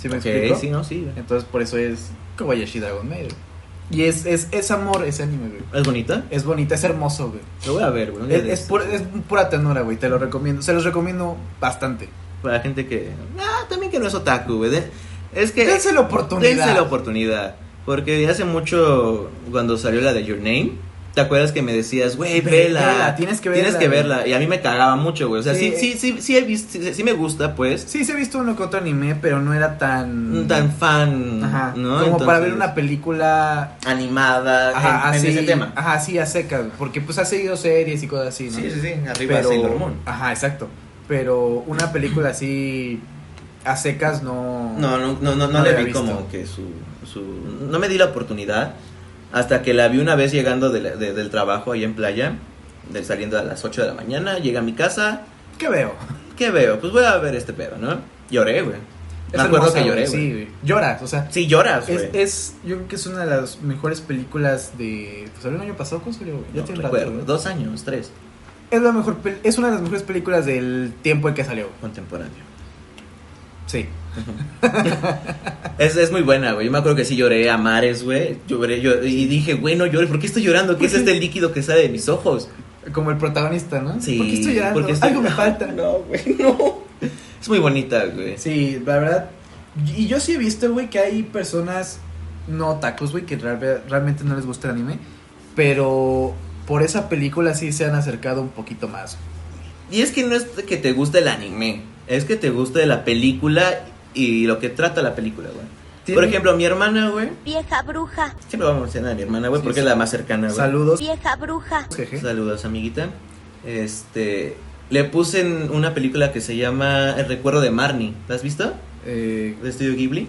Speaker 3: ¿Sí me
Speaker 4: Ok,
Speaker 3: explico?
Speaker 4: sí, no, sí. güey.
Speaker 3: Entonces por eso es Kobayashi Dragon Maid. güey. Y es, es, es amor ese anime, güey.
Speaker 4: ¿Es bonita?
Speaker 3: Es bonita, es hermoso, güey.
Speaker 4: Lo voy a ver, güey. un día
Speaker 3: Es,
Speaker 4: de
Speaker 3: es
Speaker 4: estos,
Speaker 3: pura,
Speaker 4: güey.
Speaker 3: es pura ternura, güey. Te lo recomiendo. Se los recomiendo bastante.
Speaker 4: Para gente que. Ah, también que no es otaku, güey. de- Es que.
Speaker 3: Dense la oportunidad.
Speaker 4: Dense la oportunidad. Porque hace mucho, cuando salió la de Your Name, ¿te acuerdas que me decías, güey,
Speaker 3: Ve-
Speaker 4: vela,
Speaker 3: vela, tienes que
Speaker 4: Tienes
Speaker 3: verla,
Speaker 4: que
Speaker 3: güey".
Speaker 4: verla. Y a mí me cagaba mucho, güey. O sea, sí,
Speaker 3: Sí.
Speaker 4: sí, sí, sí, he visto, sí, sí me gusta, pues.
Speaker 3: Sí, se ha visto uno que otro anime, pero no era tan.
Speaker 4: Tan fan,
Speaker 3: Ajá.
Speaker 4: Mm, ¿no?
Speaker 3: Como para
Speaker 4: Entonces,
Speaker 3: ver una película.
Speaker 4: animada
Speaker 3: Ajá,
Speaker 4: en, en
Speaker 3: así.
Speaker 4: ese tema.
Speaker 3: Ajá, así a secas. Porque pues ha seguido series y cosas así, ¿no?
Speaker 4: Sí, sí, sí, arriba
Speaker 3: pero,
Speaker 4: Sailor Moon.
Speaker 3: Ajá, exacto. Pero una película así. A secas no.
Speaker 4: No, no, no, no, no
Speaker 3: No
Speaker 4: le
Speaker 3: había
Speaker 4: vi
Speaker 3: visto.
Speaker 4: como que su, su... No me di la oportunidad hasta que la vi una vez llegando de la- de- del trabajo ahí en playa, de- saliendo a las 8 de la mañana, llegué a mi casa,
Speaker 3: ¿Qué veo?
Speaker 4: ¿qué veo? Pues voy a ver este pedo, ¿no? Lloré, güey.
Speaker 3: Es
Speaker 4: Me acuerdo
Speaker 3: hermosa,
Speaker 4: que lloré,
Speaker 3: güey, Sí,
Speaker 4: güey.
Speaker 3: güey. Lloras, o sea.
Speaker 4: Sí, lloras, güey.
Speaker 3: Es, es, yo creo que es una de las mejores películas de. Pues el año pasado, ¿cuándo salió, güey? Ya
Speaker 4: No
Speaker 3: tiene rato,
Speaker 4: recuerdo,
Speaker 3: güey.
Speaker 4: dos años, tres,
Speaker 3: Es la mejor pel- es una de las mejores películas del tiempo en que salió. güey.
Speaker 4: contemporáneo.
Speaker 3: Sí.
Speaker 4: Es, es muy buena, güey. Yo me acuerdo que sí lloré a mares, güey. Lloré, yo y dije, güey, no llores, ¿por qué estoy llorando? ¿Qué es este líquido que sale de mis ojos?
Speaker 3: Como el protagonista, ¿no?
Speaker 4: Sí.
Speaker 3: ¿Por qué estoy llorando?
Speaker 4: porque estoy-
Speaker 3: Algo me falta.
Speaker 4: No, güey, no. Es muy bonita, güey.
Speaker 3: Sí, la verdad. Y yo sí he visto, güey, que hay personas no tacos, güey, que real- realmente no les gusta el anime. Pero por esa película sí se han acercado un poquito más.
Speaker 4: Y es que no es que te guste el anime, es que te guste la película y lo que trata la película, güey.
Speaker 3: Tiene-
Speaker 4: Por ejemplo, mi hermana, güey.
Speaker 2: Vieja bruja,
Speaker 4: Siempre vamos a mencionar a mi hermana, güey,
Speaker 3: Sí, ¿eh?
Speaker 4: porque
Speaker 3: sí.
Speaker 4: es la más cercana, güey.
Speaker 3: Saludos.
Speaker 2: vieja bruja,
Speaker 3: jeje.
Speaker 4: Saludos, amiguita. Este. Le puse en una película que se llama El recuerdo de Marnie. ¿La has visto?
Speaker 3: Eh,
Speaker 4: De Estudio Ghibli.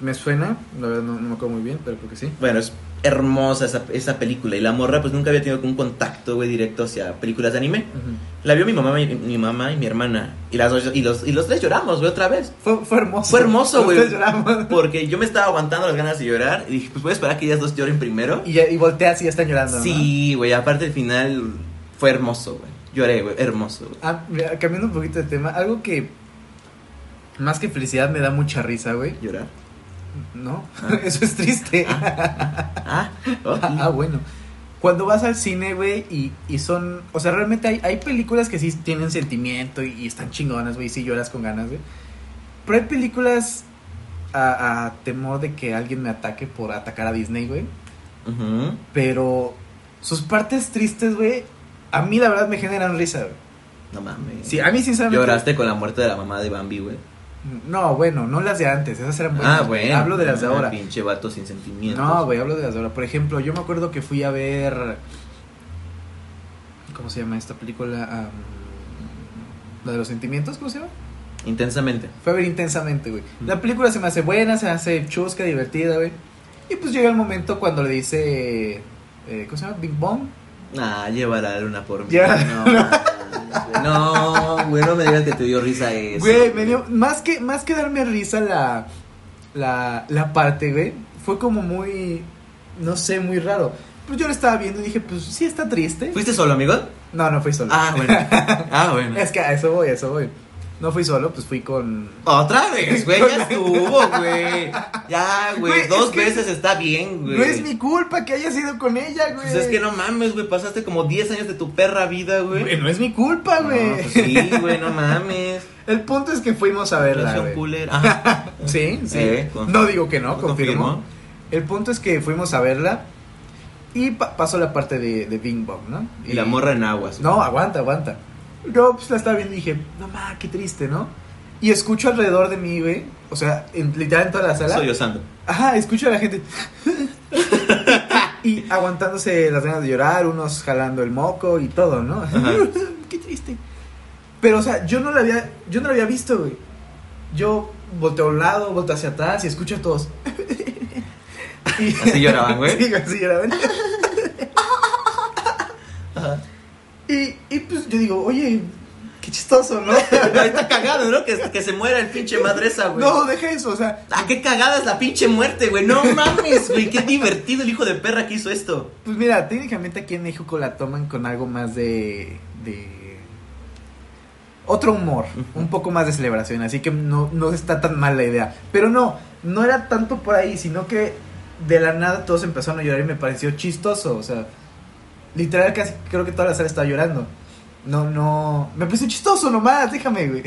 Speaker 3: me suena, la verdad no, no me acuerdo muy bien, pero creo que sí.
Speaker 4: Bueno, es hermosa esa, esa película. Y la morra, pues nunca había tenido un contacto, güey, directo hacia películas de anime.
Speaker 3: Ujú.
Speaker 4: La vio mi mamá, mi, mi mamá y mi hermana. Y, las dos- y, los, y los tres lloramos, güey, otra vez.
Speaker 3: Fue, fue hermoso.
Speaker 4: Fue hermoso, güey.
Speaker 3: Nosotros lloramos.
Speaker 4: Porque yo me estaba aguantando las ganas de llorar. Y dije, pues voy a esperar a que ellas dos lloren primero.
Speaker 3: Y, ya- y volteas y ya están llorando. ¿no?
Speaker 4: sí, güey, aparte el final fue hermoso, güey. Lloré, güey, hermoso, güey.
Speaker 3: Ah, mira, cambiando un poquito de tema, algo que más que felicidad me da mucha risa, güey.
Speaker 4: Llorar.
Speaker 3: No, eso es triste.
Speaker 4: Ah, ok.
Speaker 3: Ah, bueno. Cuando vas al cine, güey, y, y son. O sea, realmente hay, hay películas que sí tienen sentimiento y, y están chingonas, güey, y sí lloras con ganas, güey. Pero hay películas a, a temor de que alguien me ataque por atacar a Disney, güey.
Speaker 4: Ujú.
Speaker 3: Pero sus partes tristes, güey, a mí la verdad me generan risa, güey.
Speaker 4: No mames.
Speaker 3: Sí, ah, a mí sinceramente.
Speaker 4: Lloraste con la muerte de la mamá de Bambi, güey.
Speaker 3: No, bueno, no las de antes, esas eran buenas.
Speaker 4: Ah,
Speaker 3: güey.
Speaker 4: bueno.
Speaker 3: Hablo de las de
Speaker 4: Ah,
Speaker 3: ahora.
Speaker 4: Pinche vato sin sentimientos.
Speaker 3: No, güey, hablo de las de ahora. Por ejemplo, yo me acuerdo que fui a ver. ¿Cómo se llama esta película? Am, la de los sentimientos, ¿cómo se llama?
Speaker 4: Intensamente.
Speaker 3: Fue a ver intensamente, güey. La película se me hace buena, se me hace chusca, divertida, güey. Y pues llega el momento cuando le dice. eh, ¿Cómo se llama? Big Bong.
Speaker 4: Ah, lleva la luna por mí.
Speaker 3: Ya.
Speaker 4: No, mames, No, güey, no me digas que te dio risa eso.
Speaker 3: Güey, me dio. Más que, más que darme risa la, la, la parte, güey. Fue como muy. No sé, muy raro. Pues yo la estaba viendo y dije, pues sí está triste.
Speaker 4: ¿Fuiste solo, amigo?
Speaker 3: No, no fui solo.
Speaker 4: Ah, bueno. Ah, bueno.
Speaker 3: Es que a eso voy, a eso voy. No fui solo, pues fui con.
Speaker 4: Otra vez, güey, ya estuvo, güey. Ya,
Speaker 3: Güey,
Speaker 4: güey,
Speaker 3: es
Speaker 4: dos
Speaker 3: que-
Speaker 4: veces está bien, güey.
Speaker 3: No es mi culpa que haya sido con ella, güey.
Speaker 4: Pues es que no mames, güey, pasaste como 10 años de tu perra vida,
Speaker 3: Güey,
Speaker 4: güey.
Speaker 3: no es mi culpa,
Speaker 4: No,
Speaker 3: güey.
Speaker 4: pues sí, güey, no mames.
Speaker 3: El punto es que fuimos a verla,
Speaker 4: Relación
Speaker 3: güey.
Speaker 4: culera. Ajá.
Speaker 3: Sí, sí.
Speaker 4: Eh, con-
Speaker 3: No digo que no, confirmo.
Speaker 4: Confirmo.
Speaker 3: El punto es que fuimos a verla y pa- pasó la parte de, de Bing Bong, ¿no?
Speaker 4: Y la morra en aguas.
Speaker 3: No, aguanta, aguanta. Yo pues la estaba viendo y dije, no ma, qué triste, ¿no? Y escucho alrededor de mí, güey. O sea, en, literal en toda la sala.
Speaker 4: Soy osando.
Speaker 3: Ajá, escucho a la gente. y aguantándose las ganas de llorar, unos jalando el moco y todo, ¿no?
Speaker 4: Ajá.
Speaker 3: Qué triste. Pero, o sea, yo no la había, yo no la había visto, güey. Yo volteo a un lado, volteo hacia atrás y escucho a todos. Y-
Speaker 4: Así lloraban, güey.
Speaker 3: Sí, así lloraban. y, y pues yo digo, oye, qué chistoso, ¿no?
Speaker 4: Está cagado, ¿no? Que, que se muera el pinche madresa, güey.
Speaker 3: no, deja eso, o sea,
Speaker 4: Ah, qué cagada es la pinche muerte, güey. No mames, güey. Qué divertido el hijo de perra que hizo esto.
Speaker 3: Pues mira, técnicamente aquí en México la toman con algo más de. de. otro humor, un poco más de celebración, así que no, no está tan mal la idea. Pero no, no era tanto por ahí, sino que de la nada todos empezaron a llorar y me pareció chistoso, o sea, literal casi creo que toda la sala estaba llorando. No, no, me pareció chistoso nomás, déjame, güey.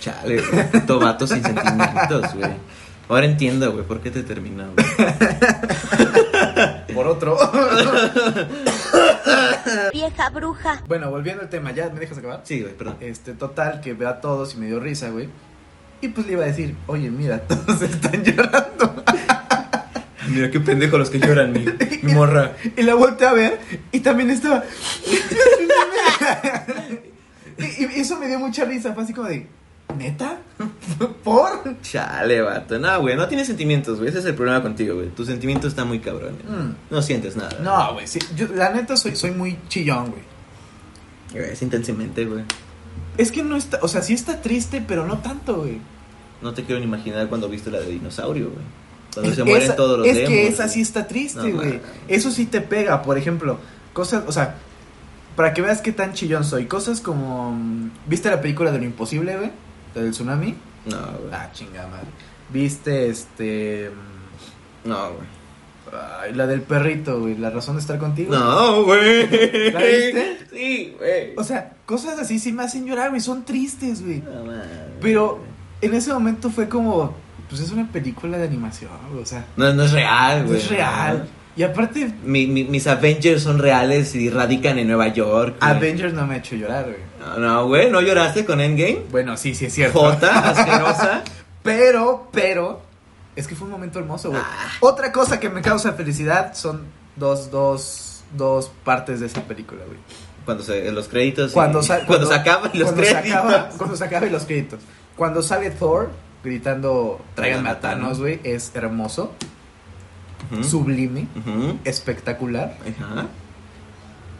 Speaker 4: Chale, güey. Tomatos sin sentimientos, güey. Ahora entiendo, güey, por qué te terminó, güey.
Speaker 3: Por otro.
Speaker 2: Vieja bruja.
Speaker 3: bueno, volviendo al tema, ¿ya me dejas acabar?
Speaker 4: Sí, güey, perdón.
Speaker 3: Este, total, que ve a todos y me dio risa, güey. Y pues le iba a decir, oye, mira, todos están llorando.
Speaker 6: Mira qué pendejo los que lloran, mi, mi morra.
Speaker 3: Y la volteé a ver y también estaba... y, y eso me dio mucha risa, fue así como de, ¿neta? ¿Por?
Speaker 4: Chale, vato. No, güey, no tienes sentimientos, güey. Ese es el problema contigo, güey. Tu sentimiento está muy cabrón. güey.
Speaker 3: Mm.
Speaker 4: No sientes nada.
Speaker 3: No, güey, sí, yo, la neta soy, soy muy chillón, güey.
Speaker 4: Güey, Es intensamente, güey.
Speaker 3: Es que no está, o sea, sí está triste, pero no tanto, güey.
Speaker 4: No te quiero ni imaginar cuando viste la de dinosaurio, güey. Cuando
Speaker 3: Es-
Speaker 4: se mueren
Speaker 3: esa-
Speaker 4: todos los
Speaker 3: Es que
Speaker 4: demos,
Speaker 3: esa sí
Speaker 4: güey.
Speaker 3: está triste,
Speaker 4: No,
Speaker 3: güey.
Speaker 4: no, no.
Speaker 3: Eso sí te pega, por ejemplo. Cosas, o sea, para que veas qué tan chillón soy. Cosas como. mm, ¿Viste la película de lo imposible, güey? La del tsunami.
Speaker 4: No, güey.
Speaker 3: Ah, chingada madre. ¿Viste este. mm,
Speaker 4: No, güey.
Speaker 3: ay, la del perrito, güey? La razón de estar contigo.
Speaker 4: No, güey.
Speaker 3: ¿La viste?
Speaker 4: Sí, güey.
Speaker 3: O sea, cosas así sí me hacen llorar, güey. Son tristes, güey.
Speaker 4: No, mames.
Speaker 3: Pero en ese momento fue como. Pues es una película de animación, güey. O sea,
Speaker 4: No, no es real,
Speaker 3: no
Speaker 4: güey.
Speaker 3: es real. Y aparte,
Speaker 4: Mi- mi- mis Avengers son reales y radican en Nueva York. güey.
Speaker 3: Avengers no me ha hecho llorar, güey.
Speaker 4: No, no, güey, ¿no lloraste con Endgame?
Speaker 3: Bueno, sí, sí es cierto.
Speaker 4: Jota, asquerosa.
Speaker 3: Pero, pero, es que fue un momento hermoso, güey. Otra cosa que me causa felicidad son dos, dos, dos partes de esa película, güey.
Speaker 4: Cuando se, en los créditos. y-
Speaker 3: Cuando, sa-
Speaker 4: cuando, se acaban los
Speaker 3: cuando se
Speaker 4: créditos.
Speaker 3: acaba- cuando se acaban los créditos. Cuando sale Thor gritando, traigan a Thanos, ¿Mm? güey, es hermoso,
Speaker 4: Ujú,
Speaker 3: sublime,
Speaker 4: ujú,
Speaker 3: espectacular.
Speaker 4: ajá.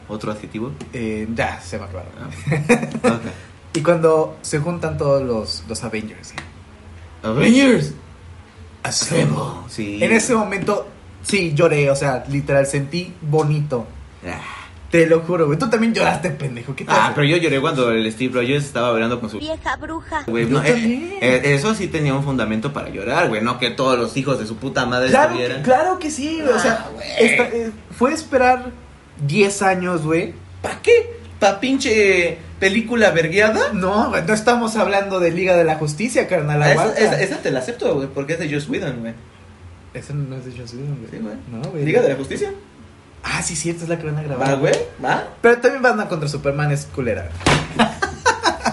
Speaker 4: Otro adjetivo.
Speaker 3: Eh, ya, se me acabaron.
Speaker 4: Ah, ok.
Speaker 3: Y cuando se juntan todos los, los Avengers. güey.
Speaker 4: Avengers.
Speaker 3: Assemble.
Speaker 4: Sí.
Speaker 3: En ese momento, sí, lloré, o sea, literal, sentí bonito. Te lo juro, güey. Tú también lloraste, pendejo. ¿Qué te
Speaker 4: Ah,
Speaker 3: hace?
Speaker 4: pero yo lloré cuando el Steve Rogers estaba hablando con su
Speaker 2: Vieja bruja.
Speaker 4: Güey,
Speaker 3: Yo
Speaker 4: no, eh,
Speaker 3: también.
Speaker 4: eh, eso sí tenía un fundamento para llorar, güey. No que todos los hijos de su puta madre
Speaker 3: Claro que,
Speaker 4: estuvieran.
Speaker 3: claro que sí, güey. o sea, esta- eh, fue esperar 10 años, güey.
Speaker 4: ¿Para qué? ¿Pa pinche película vergueada?
Speaker 3: No, güey, no estamos hablando de Liga de la Justicia, carnal.
Speaker 4: Ah, Esa,
Speaker 3: aguanta.
Speaker 4: esa- esa te la acepto, güey, porque es de Joss Whedon, güey.
Speaker 3: Esa no es de Joss Whedon, güey.
Speaker 4: Sí, güey.
Speaker 3: No, güey.
Speaker 4: Liga de la Ah, Justicia.
Speaker 3: Ah, sí, cierto, es la que van a grabar.
Speaker 4: Va, güey, va.
Speaker 3: Pero también van a contra Superman, es culera.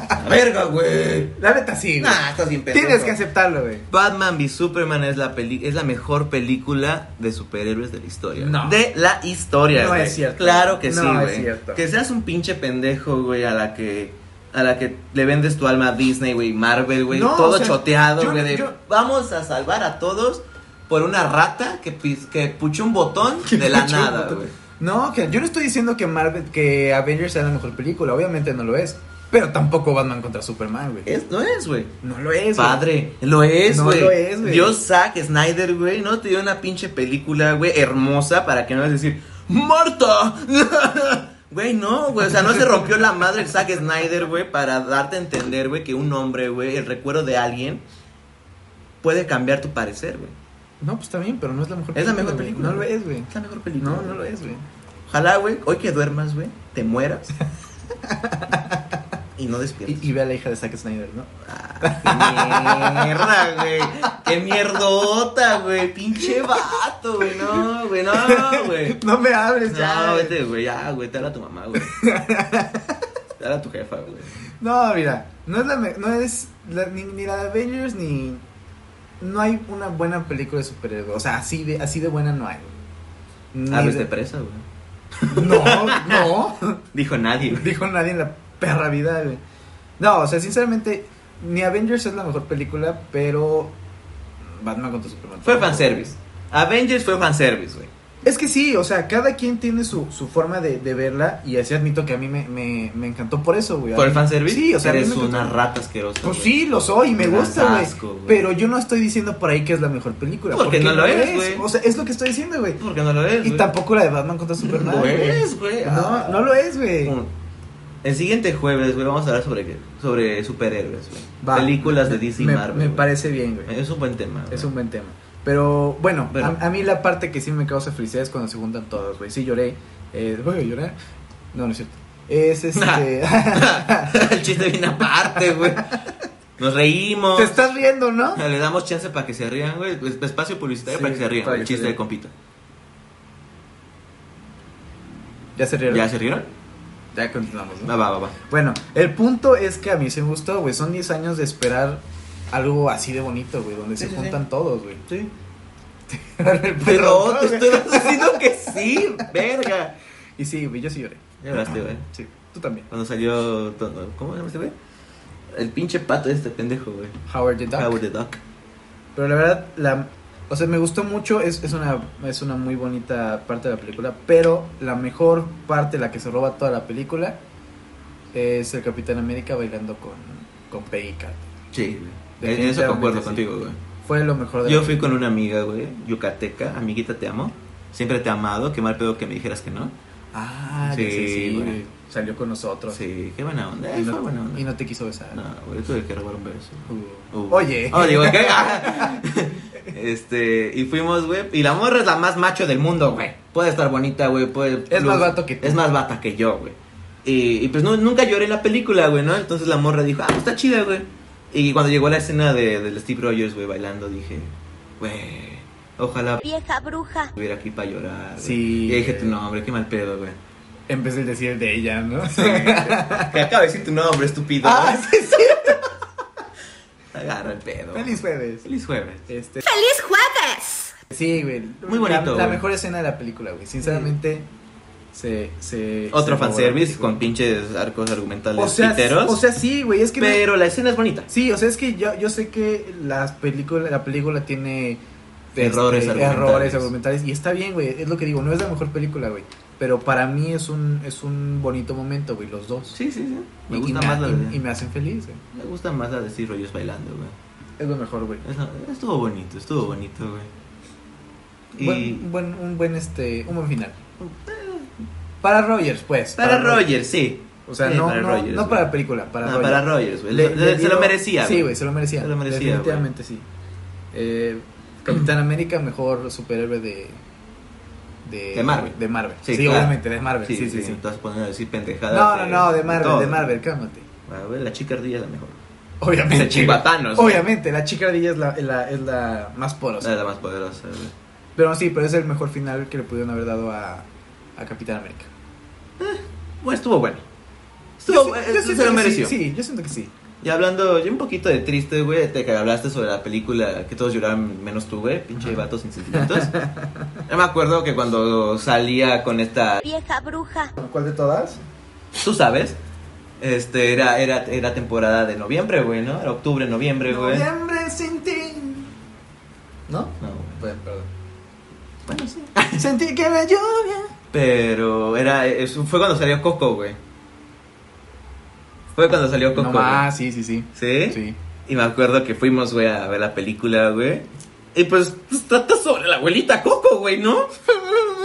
Speaker 4: A verga, güey.
Speaker 3: La neta sí, güey.
Speaker 4: Nah, estás bien pendejo.
Speaker 3: Tienes que aceptarlo, güey.
Speaker 4: Batman v Superman es la peli es la mejor película de superhéroes de la historia.
Speaker 3: No.
Speaker 4: De la historia.
Speaker 3: No
Speaker 4: güey.
Speaker 3: es cierto.
Speaker 4: Claro que
Speaker 3: No
Speaker 4: sí,
Speaker 3: es
Speaker 4: güey.
Speaker 3: cierto.
Speaker 4: Que seas un pinche pendejo, güey, a la que a la que le vendes tu alma a Disney, güey, Marvel, güey,
Speaker 3: No,
Speaker 4: todo
Speaker 3: o sea,
Speaker 4: choteado,
Speaker 3: yo-
Speaker 4: güey, de,
Speaker 3: yo-
Speaker 4: vamos a salvar a todos por una rata que pis- que puchó un botón de la
Speaker 3: puchó un
Speaker 4: nada,
Speaker 3: botón.
Speaker 4: güey.
Speaker 3: No, que yo no estoy diciendo que Marvel, que Avengers sea la mejor película, obviamente no lo es. Pero tampoco Batman contra Superman, güey.
Speaker 4: Es- no es, güey.
Speaker 3: No lo es, güey.
Speaker 4: Padre, lo es,
Speaker 3: No
Speaker 4: güey.
Speaker 3: lo es, güey.
Speaker 4: Dios Zack Snyder, güey, no te dio una pinche película, güey, hermosa para que no vas a decir, ¡Marta! Güey, no, güey, o sea, no se rompió la madre el Zack Snyder, güey, para darte a entender, güey, que un hombre, güey, el recuerdo de alguien puede cambiar tu parecer, güey.
Speaker 3: No, pues está bien, pero no es la mejor
Speaker 4: Es la mejor
Speaker 3: güey.
Speaker 4: película,
Speaker 3: No lo
Speaker 4: güey.
Speaker 3: es, güey.
Speaker 4: Es la mejor película.
Speaker 3: No, no lo es, güey.
Speaker 4: Ojalá, güey, hoy que duermas, güey, te mueras y no despiertes.
Speaker 3: Y, y ve a la hija de Zack Snyder, ¿no?
Speaker 4: ¡Qué mierda, güey! ¡Qué mierdota, güey! ¡Pinche vato, güey! No, güey, no, güey.
Speaker 3: No me hables Pues ya.
Speaker 4: No,
Speaker 3: güey.
Speaker 4: vete, güey, ya, güey, te habla tu mamá, güey. Te habla tu jefa, güey.
Speaker 3: No, mira, no es la, me- no es la- ni, ni la de Avengers ni no hay una buena película de superhéroes, o sea, así de así de buena no hay. Ni
Speaker 4: Aves
Speaker 3: de-
Speaker 4: Ah, pues de presa, güey.
Speaker 3: no, no,
Speaker 4: Dijo nadie, güey.
Speaker 3: dijo nadie en la perra vida. güey. No, o sea, sinceramente ni Avengers es la mejor película, pero Batman contra Superman.
Speaker 4: Fue fanservice. Avengers fue fanservice, güey.
Speaker 3: Es que sí, o sea, cada quien tiene su, su forma de, de verla y así admito que a mí me, me, me encantó por eso, güey. A
Speaker 4: ¿Por el
Speaker 3: mí-
Speaker 4: fanservice?
Speaker 3: Sí, o sea, a mí
Speaker 4: eres
Speaker 3: me encantó.
Speaker 4: una rata asquerosa.
Speaker 3: Pues
Speaker 4: güey.
Speaker 3: sí, lo soy y me
Speaker 4: Me das
Speaker 3: gusta, güey.
Speaker 4: asco, güey.
Speaker 3: Pero yo no estoy diciendo por ahí que es la mejor película.
Speaker 4: Porque no lo es, güey.
Speaker 3: O sea, es lo que estoy diciendo, güey.
Speaker 4: ¿Por qué no lo es?
Speaker 3: Y
Speaker 4: güey?
Speaker 3: tampoco la de Batman contra Superman.
Speaker 4: No
Speaker 3: güey.
Speaker 4: es, güey.
Speaker 3: No, no lo es, güey.
Speaker 4: Como- El siguiente jueves, güey, vamos a hablar sobre, sobre superhéroes, güey.
Speaker 3: Va.
Speaker 4: Películas de DC y
Speaker 3: me,
Speaker 4: Marvel.
Speaker 3: Me
Speaker 4: güey.
Speaker 3: parece bien, güey.
Speaker 4: Es un buen tema.
Speaker 3: Es
Speaker 4: güey.
Speaker 3: un buen tema. Pero bueno,
Speaker 4: Pero-
Speaker 3: a, a mí la parte que sí me causa felicidad es cuando se juntan todos, güey. Sí lloré. Eh, ¿Voy a llorar? No, no es cierto. Es este.
Speaker 4: el chiste viene aparte, güey. Nos reímos.
Speaker 3: Te estás riendo, ¿no?
Speaker 4: Le damos chance para que se rían, güey. Esp- Espacio publicitario
Speaker 3: Sí,
Speaker 4: para que se rían.
Speaker 3: para
Speaker 4: El
Speaker 3: que
Speaker 4: chiste
Speaker 3: se
Speaker 4: de
Speaker 3: rían.
Speaker 4: compita.
Speaker 3: Ya se rieron.
Speaker 4: ¿Ya
Speaker 3: Ya,
Speaker 4: se rieron?
Speaker 3: continuamos, ¿no?
Speaker 4: Va, va, va. va.
Speaker 3: Bueno, el punto es que a mí se me gustó, güey. Son 10 años de esperar algo así de bonito, güey, donde
Speaker 4: Sí,
Speaker 3: se
Speaker 4: sí,
Speaker 3: juntan todos, güey.
Speaker 4: Sí.
Speaker 3: El
Speaker 4: Pero
Speaker 3: perro,
Speaker 4: te
Speaker 3: güey.
Speaker 4: estoy diciendo que sí, verga.
Speaker 3: Y sí, güey, yo sí lloré.
Speaker 4: Ya hablaste, güey.
Speaker 3: Sí, tú también.
Speaker 4: Cuando salió. to- ¿Cómo se llama este güey? El pinche pato de este pendejo, güey.
Speaker 3: Howard the Duck.
Speaker 4: Howard the Duck.
Speaker 3: Pero la verdad, la, o sea, me gustó mucho. Es, es, una, es una muy bonita parte de la película. Pero la mejor parte, la que se roba toda la película, es el Capitán América bailando con, con Peggy Carter.
Speaker 4: Sí, güey. En eso concuerdo
Speaker 3: Definitivamente sí.
Speaker 4: contigo, güey.
Speaker 3: Fue lo mejor de la
Speaker 4: Yo fui con una amiga, güey, yucateca, amiguita te amo, siempre te he amado, qué mal pedo que me dijeras que no.
Speaker 3: Ah,
Speaker 4: Sí,
Speaker 3: sí, sí,
Speaker 4: güey.
Speaker 3: güey. Salió con nosotros.
Speaker 4: Sí, qué buena onda,
Speaker 3: Y
Speaker 4: eh, fue
Speaker 3: no,
Speaker 4: buena onda.
Speaker 3: y no te quiso besar.
Speaker 4: No, güey, tuve que robar un beso.
Speaker 3: Uh.
Speaker 4: Uh.
Speaker 3: Oye.
Speaker 4: Oh, digo, ¿qué? Ah. este, y fuimos, güey, y la morra es la más macho del mundo, güey. Puede estar bonita, güey, puede...
Speaker 3: Es más vato que tú.
Speaker 4: Es más bata que yo, güey. Y, y pues no, nunca lloré en la película, güey, ¿no? Entonces la morra dijo, ah, pues está chida, güey. Y cuando llegó la escena de, del Steve Rogers, güey, bailando, dije, güey, ojalá
Speaker 2: Vieja bruja.
Speaker 4: estuviera aquí para llorar. güey.
Speaker 3: Sí,
Speaker 4: Y dije
Speaker 3: güey.
Speaker 4: tu nombre, qué mal pedo, güey.
Speaker 3: Empecé a decir de ella, ¿no?
Speaker 4: Que acaba de decir tu nombre, estúpido.
Speaker 3: ah, sí, sí.
Speaker 4: Agarra el pedo.
Speaker 3: Feliz jueves.
Speaker 4: Feliz jueves.
Speaker 3: Este,
Speaker 2: ¡Feliz jueves!
Speaker 3: sí, güey.
Speaker 4: Muy bonito,
Speaker 3: La, la
Speaker 4: güey.
Speaker 3: mejor escena de la película, güey. Sinceramente, se, se. se
Speaker 4: Otro
Speaker 3: robó la
Speaker 4: fanservice
Speaker 3: película.
Speaker 4: con pinches arcos argumentales
Speaker 3: O sea,
Speaker 4: piteros.
Speaker 3: o sea, sí, güey. Es que. no-
Speaker 4: pero la escena es bonita.
Speaker 3: sí, o sea, es que yo, yo sé que las películas, la película tiene. este,
Speaker 4: Errores argumentales.
Speaker 3: errores argumentales. Y está bien, güey. Es lo que digo. No es la mejor película, güey. Pero para mí es un, es un bonito momento, güey. Los dos.
Speaker 4: Sí, sí, sí. Me
Speaker 3: Y- y
Speaker 4: gusta más la
Speaker 3: y-
Speaker 4: de.
Speaker 3: y me hacen feliz, güey.
Speaker 4: Me gusta más la de Steve Rogers bailando, güey.
Speaker 3: Es lo mejor, güey.
Speaker 4: Eso- Estuvo bonito, estuvo bonito, güey. Y
Speaker 3: Buen- buen- un buen este un buen final
Speaker 4: Mm.
Speaker 3: para Rogers pues
Speaker 4: para, Rogers, sí.
Speaker 3: o sea
Speaker 4: Sí,
Speaker 3: no
Speaker 4: para
Speaker 3: no,
Speaker 4: Rogers,
Speaker 3: no
Speaker 4: güey.
Speaker 3: para la película para
Speaker 4: Ah,
Speaker 3: Rogers
Speaker 4: para Rogers, güey.
Speaker 3: Le-
Speaker 4: Se-
Speaker 3: le
Speaker 4: se
Speaker 3: dieron-
Speaker 4: lo merecía,
Speaker 3: sí
Speaker 4: güey.
Speaker 3: güey se lo merecía
Speaker 4: Se lo merecía, güey.
Speaker 3: definitivamente sí Eh, Capitán América mejor superhéroe de de,
Speaker 4: De Marvel.
Speaker 3: de Marvel sí,
Speaker 4: Sí, claro.
Speaker 3: obviamente de Marvel sí sí sí,
Speaker 4: Te vas a poner a decir pendejadas.
Speaker 3: no no no de Marvel
Speaker 4: todo.
Speaker 3: de Marvel cálmate
Speaker 4: Ah, güey, la chica ardilla es la mejor.
Speaker 3: obviamente
Speaker 4: Se chinga a Thanos, güey.
Speaker 3: obviamente la chica ardilla es la, es la es la más porosa
Speaker 4: Es la más poderosa, güey.
Speaker 3: pero sí pero es el mejor final que le pudieron haber dado a a Capitán América
Speaker 4: Bueno, estuvo bueno.
Speaker 3: Yo
Speaker 4: Estuvo,
Speaker 3: sí-
Speaker 4: eh,
Speaker 3: yo siento
Speaker 4: se lo
Speaker 3: que sí,
Speaker 4: mereció.
Speaker 3: Sí, yo siento que sí.
Speaker 4: Y hablando, yo un poquito de triste, güey, te que hablaste sobre la película que todos lloraron menos tú, güey, pinche vatos sin sentimientos. Yo me acuerdo que cuando salía con esta,
Speaker 2: Vieja bruja.
Speaker 3: ¿Cuál de todas?
Speaker 4: tú sabes, este, era, era, era temporada de noviembre, güey, ¿no? Era octubre, noviembre, güey.
Speaker 3: Noviembre sin ti. ¿No?
Speaker 4: No, güey.
Speaker 3: Bueno, perdón.
Speaker 4: Bueno, sí.
Speaker 3: Sentí que la lluvia.
Speaker 4: Pero era, es- fue cuando salió Coco, güey. Fue cuando salió Coco.
Speaker 3: No
Speaker 4: güey.
Speaker 3: más, sí, sí, sí.
Speaker 4: ¿Sí?
Speaker 3: Sí.
Speaker 4: Y me acuerdo que fuimos, güey, a ver la película, güey. Y pues, pues trata sobre la abuelita Coco, güey, ¿no?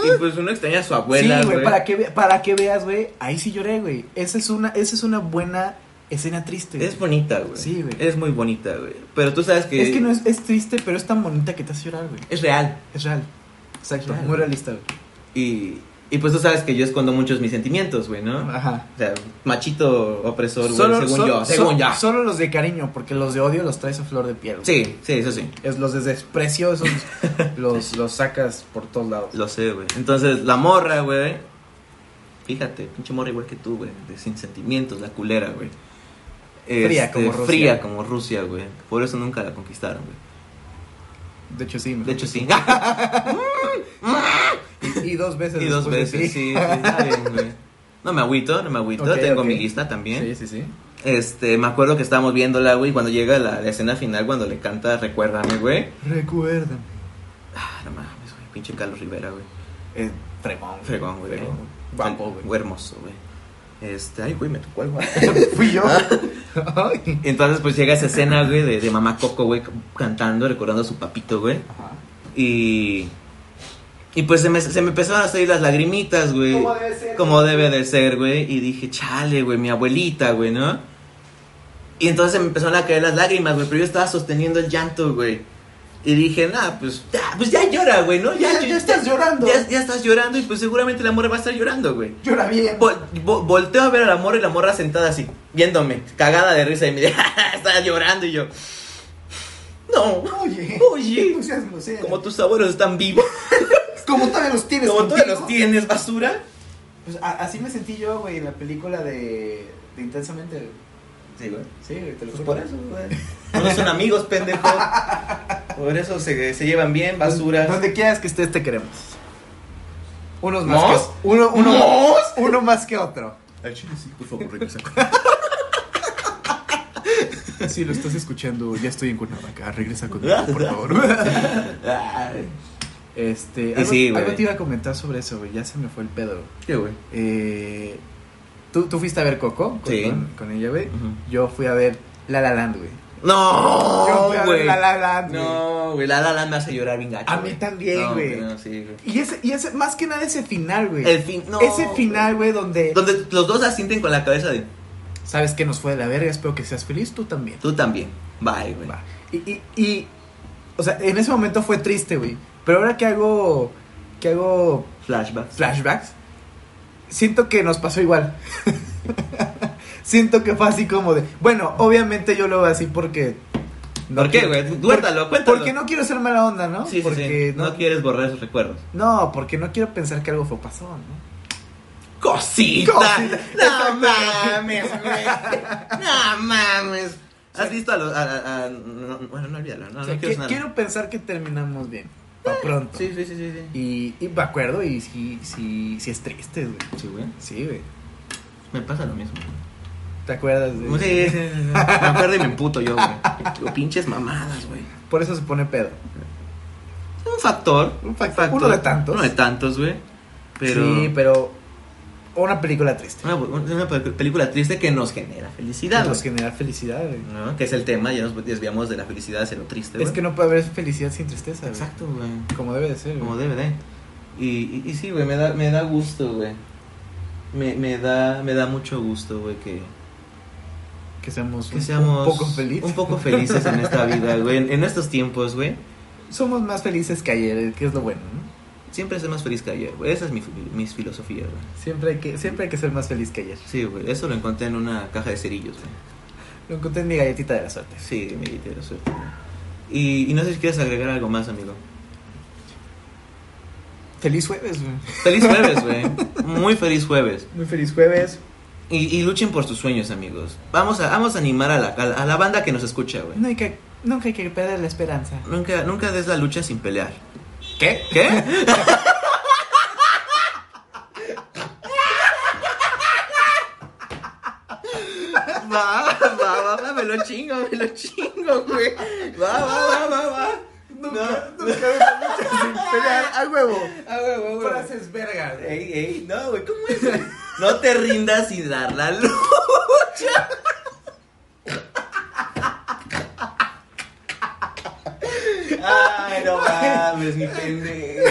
Speaker 4: Y pues uno extraña a su abuela,
Speaker 3: sí, güey,
Speaker 4: güey.
Speaker 3: para que, ve- para que veas, güey, ahí sí lloré, güey. Esa es una, esa es una buena escena triste. güey.
Speaker 4: Es bonita, güey.
Speaker 3: Sí, güey.
Speaker 4: Es muy bonita, güey. Pero tú sabes que.
Speaker 3: Es que no es, es triste, pero es tan bonita que te hace llorar, güey.
Speaker 4: es real.
Speaker 3: Es real. Exacto,
Speaker 4: Real.
Speaker 3: muy realista, güey.
Speaker 4: Y, y pues tú sabes que yo escondo muchos mis sentimientos, güey, ¿no?
Speaker 3: Ajá.
Speaker 4: O sea, machito opresor, güey, según
Speaker 3: Ah. solo-
Speaker 4: yo,
Speaker 3: so-
Speaker 4: según ya.
Speaker 3: Solo los de cariño, porque los de odio los traes a flor de piel. güey.
Speaker 4: Sí, sí, eso sí.
Speaker 3: Es los de desprecio, esos los, los sacas por todos lados.
Speaker 4: Lo sé, güey. Entonces, la morra, güey. Fíjate, pinche morra igual que tú, güey. De sin sentimientos, la culera, güey.
Speaker 3: Fría
Speaker 4: Este,
Speaker 3: como Rusia.
Speaker 4: Fría como Rusia, güey. Por eso nunca la conquistaron, güey.
Speaker 3: De hecho, sí.
Speaker 4: De hecho, sí.
Speaker 3: Y dos veces.
Speaker 4: y dos
Speaker 3: después de
Speaker 4: veces, sí.
Speaker 3: ti.
Speaker 4: sí, está bien, güey. No me agüito, no me agüito.
Speaker 3: Ok,
Speaker 4: Tengo
Speaker 3: ok.
Speaker 4: mi lista también.
Speaker 3: Sí, sí, sí.
Speaker 4: Este, me acuerdo que estábamos viéndola, güey, cuando llega la, la escena final, cuando le canta Recuérdame, güey.
Speaker 3: Recuerda.
Speaker 4: Ah, no mames, güey, pinche Carlos Rivera, güey.
Speaker 3: Eh, Fregón.
Speaker 4: Fregón, güey.
Speaker 3: Fregón.
Speaker 4: eh.
Speaker 3: Guapo, güey.
Speaker 4: Hermoso, güey. Este, ay, güey, me tocó algo.
Speaker 3: Fui yo.
Speaker 4: Entonces, pues llega esa escena, güey, de, de mamá Coco, güey, cantando, recordando a su papito, güey. Y. Y pues se me, se me empezaron a salir las lagrimitas, güey.
Speaker 3: Como debe ser.
Speaker 4: Como debe de ser, güey. Y dije, chale, güey, mi abuelita, güey, ¿no? Y entonces se me empezaron a caer las lágrimas, güey. Pero yo estaba sosteniendo el llanto, güey. Y dije, nah, pues ya, pues ya llora, güey, ¿no? Ya,
Speaker 3: Ya- ya estás llorando.
Speaker 4: Ya, ya estás llorando y pues seguramente la morra va a estar llorando, güey.
Speaker 3: Llora bien.
Speaker 4: Vol- vo- volteo a ver a la morra y la morra sentada así, viéndome, cagada de risa y me dice, estaba llorando y yo, no,
Speaker 3: Oye.
Speaker 4: oye,
Speaker 3: no seas grosero.
Speaker 4: como tus abuelos están vivos,
Speaker 3: Como todavía los tienes.
Speaker 4: como tú
Speaker 3: contigo.
Speaker 4: los tienes, basura.
Speaker 3: Pues, a- así me sentí yo, güey, en la película de, de Intensamente. güey.
Speaker 4: Sí, güey.
Speaker 3: Sí, güey, te lo juro.
Speaker 4: Pues por eso, güey. No son amigos, pendejo. Por eso se, se llevan bien, basura.
Speaker 3: Donde quieras que estés, te queremos. Unos más
Speaker 4: ¿Mos?
Speaker 3: que uno, uno,
Speaker 4: ¿Mos?
Speaker 3: uno más que otro.
Speaker 6: Al chile sí, por favor, regresa.
Speaker 3: Si lo estás escuchando, ya estoy en Cuernavaca. Regresa
Speaker 4: conmigo, por
Speaker 3: favor.
Speaker 4: Ay,
Speaker 3: Este,
Speaker 4: Y
Speaker 3: algo,
Speaker 4: sí, güey.
Speaker 3: algo te iba a comentar sobre eso, güey. Ya se me fue el pedo.
Speaker 4: ¿Qué, güey?
Speaker 3: Eh, ¿tú, tú fuiste a ver Coco con,
Speaker 4: Sí.
Speaker 3: con, con ella, güey.
Speaker 4: Ujú.
Speaker 3: Yo fui a ver La La Land, güey. Yo
Speaker 4: No,
Speaker 3: fui a ver
Speaker 4: güey.
Speaker 3: La La Land, güey.
Speaker 4: No, güey, la la la me hace llorar bien gacho.
Speaker 3: A
Speaker 4: güey.
Speaker 3: mí también,
Speaker 4: No,
Speaker 3: güey.
Speaker 4: No, sí, güey.
Speaker 3: Y ese, y ese, más que nada ese final, güey.
Speaker 4: El fin, no.
Speaker 3: ese
Speaker 4: güey.
Speaker 3: final, güey, donde,
Speaker 4: Donde los dos asienten con la cabeza de
Speaker 3: sabes que nos fue de la verga, espero que seas feliz, tú también.
Speaker 4: tú también. Bye, güey.
Speaker 3: Va. Y, y, y, o sea, en ese momento fue triste, güey. Pero ahora que hago, que hago
Speaker 4: Flashbacks.
Speaker 3: flashbacks, siento que nos pasó igual. siento que fue así como de, bueno, obviamente yo lo veo así porque... no
Speaker 4: ¿Por qué,
Speaker 3: quiero-
Speaker 4: güey? Cuéntalo, cuéntalo.
Speaker 3: Porque no quiero ser mala onda, ¿no?
Speaker 4: Sí, sí,
Speaker 3: porque
Speaker 4: sí. No, quieres borrar esos recuerdos.
Speaker 3: No, porque no quiero pensar que algo fue pasado, ¿no?
Speaker 4: ¡Cosita!
Speaker 3: Cosita.
Speaker 4: ¡No mames, güey! ¡No mames! ¿Has visto a los... a- a- a- no, bueno, no olvídalo. No,
Speaker 3: O sea,
Speaker 4: no
Speaker 3: que-
Speaker 4: quiero sonar-
Speaker 3: quiero pensar que terminamos bien. Pa' pronto.
Speaker 4: Sí, sí, sí, sí. sí.
Speaker 3: Y, y me acuerdo y sí, sí, sí es triste, güey.
Speaker 4: Sí, güey.
Speaker 3: Sí, güey.
Speaker 4: Me pasa lo mismo.
Speaker 3: ¿Te acuerdas? De...
Speaker 4: Sí, sí, sí, sí. Me acuerdo y me emputo yo, güey. Digo, pinches mamadas, güey.
Speaker 3: Por eso se pone pedo.
Speaker 4: Un factor.
Speaker 3: Un factor, uno de tantos.
Speaker 4: Uno de tantos, güey. Pero...
Speaker 3: Sí, pero una película triste.
Speaker 4: Una, una pe- película triste que nos genera felicidad.
Speaker 3: Que Nos
Speaker 4: güey,
Speaker 3: genera felicidad, güey.
Speaker 4: ¿no? Que es el tema, ya nos desviamos de la felicidad hacia lo triste.
Speaker 3: Es
Speaker 4: güey.
Speaker 3: que no puede haber felicidad sin tristeza, güey.
Speaker 4: Exacto, güey.
Speaker 3: Como debe de ser,
Speaker 4: Como
Speaker 3: güey.
Speaker 4: debe de. Y, y, y sí, güey, me da, me da gusto, güey. Me, me, da, me da mucho gusto, güey, que,
Speaker 3: Que seamos,
Speaker 4: que
Speaker 3: un-
Speaker 4: seamos
Speaker 3: un poco felices.
Speaker 4: un poco felices en esta vida, güey. En, en estos tiempos, güey,
Speaker 3: Somos más felices que ayer, que es lo bueno, ¿no?
Speaker 4: siempre ser más feliz que ayer, güey. Esa es mi, fi- mi filosofía, güey.
Speaker 3: Siempre hay, que, siempre hay que ser más feliz que ayer.
Speaker 4: Sí, güey, eso lo encontré en una caja de cerillos, güey.
Speaker 3: Lo encontré en mi galletita de la suerte.
Speaker 4: Sí, mi de la suerte, güey. Y, y no sé si quieres agregar algo más, amigo.
Speaker 3: Feliz jueves, güey.
Speaker 4: Feliz jueves, güey. Muy feliz jueves.
Speaker 3: Muy feliz jueves.
Speaker 4: Y, y luchen por sus sueños, amigos. Vamos a, vamos a animar a la, a la- a la banda que nos escucha, güey.
Speaker 3: No hay que, nunca hay que perder la esperanza.
Speaker 4: Nunca, nunca des la lucha sin pelear.
Speaker 3: ¿Qué?
Speaker 4: ¿Qué? Va, va, va, va, me lo chingo, me lo chingo, güey. Va, va, va, va, va. No,
Speaker 3: a huevo.
Speaker 4: Ah, güey, güey, güey.
Speaker 3: Frases verga, güey.
Speaker 4: Ey, ey, no, güey, ¿cómo es? güey? No te rindas sin dar la lucha. Ay, no mames, mi pendejo.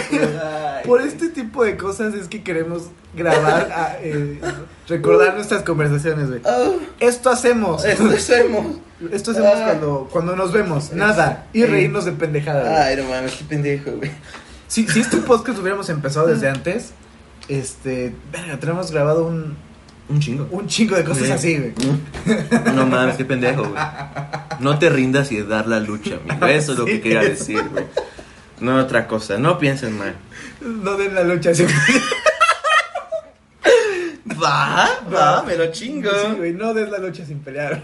Speaker 4: ay.
Speaker 3: Por este tipo de cosas es que queremos grabar, a- eh, recordar nuestras conversaciones, güey.
Speaker 4: Oh,
Speaker 3: Esto hacemos.
Speaker 4: esto es emo.
Speaker 3: Esto hacemos
Speaker 4: Ah.
Speaker 3: cuando, cuando nos vemos, nada, y
Speaker 4: Sí.
Speaker 3: reírnos de pendejadas. güey.
Speaker 4: Ay, no mames, qué pendejo, güey.
Speaker 3: Si, si este podcast hubiéramos empezado desde
Speaker 4: Mm.
Speaker 3: antes, este, verga, tenemos grabado un,
Speaker 4: Un chingo.
Speaker 3: un chingo de cosas
Speaker 4: Sí.
Speaker 3: así, güey.
Speaker 4: No mames, qué pendejo, güey. No te rindas y dar la lucha, amigo. Eso es lo que
Speaker 3: Sí,
Speaker 4: quería
Speaker 3: eso.
Speaker 4: decir, güey. No otra cosa, no piensen mal.
Speaker 3: No den la lucha así.
Speaker 4: Va, va, Ah, me lo chingo.
Speaker 3: Sí, güey, no des la lucha sin pelear.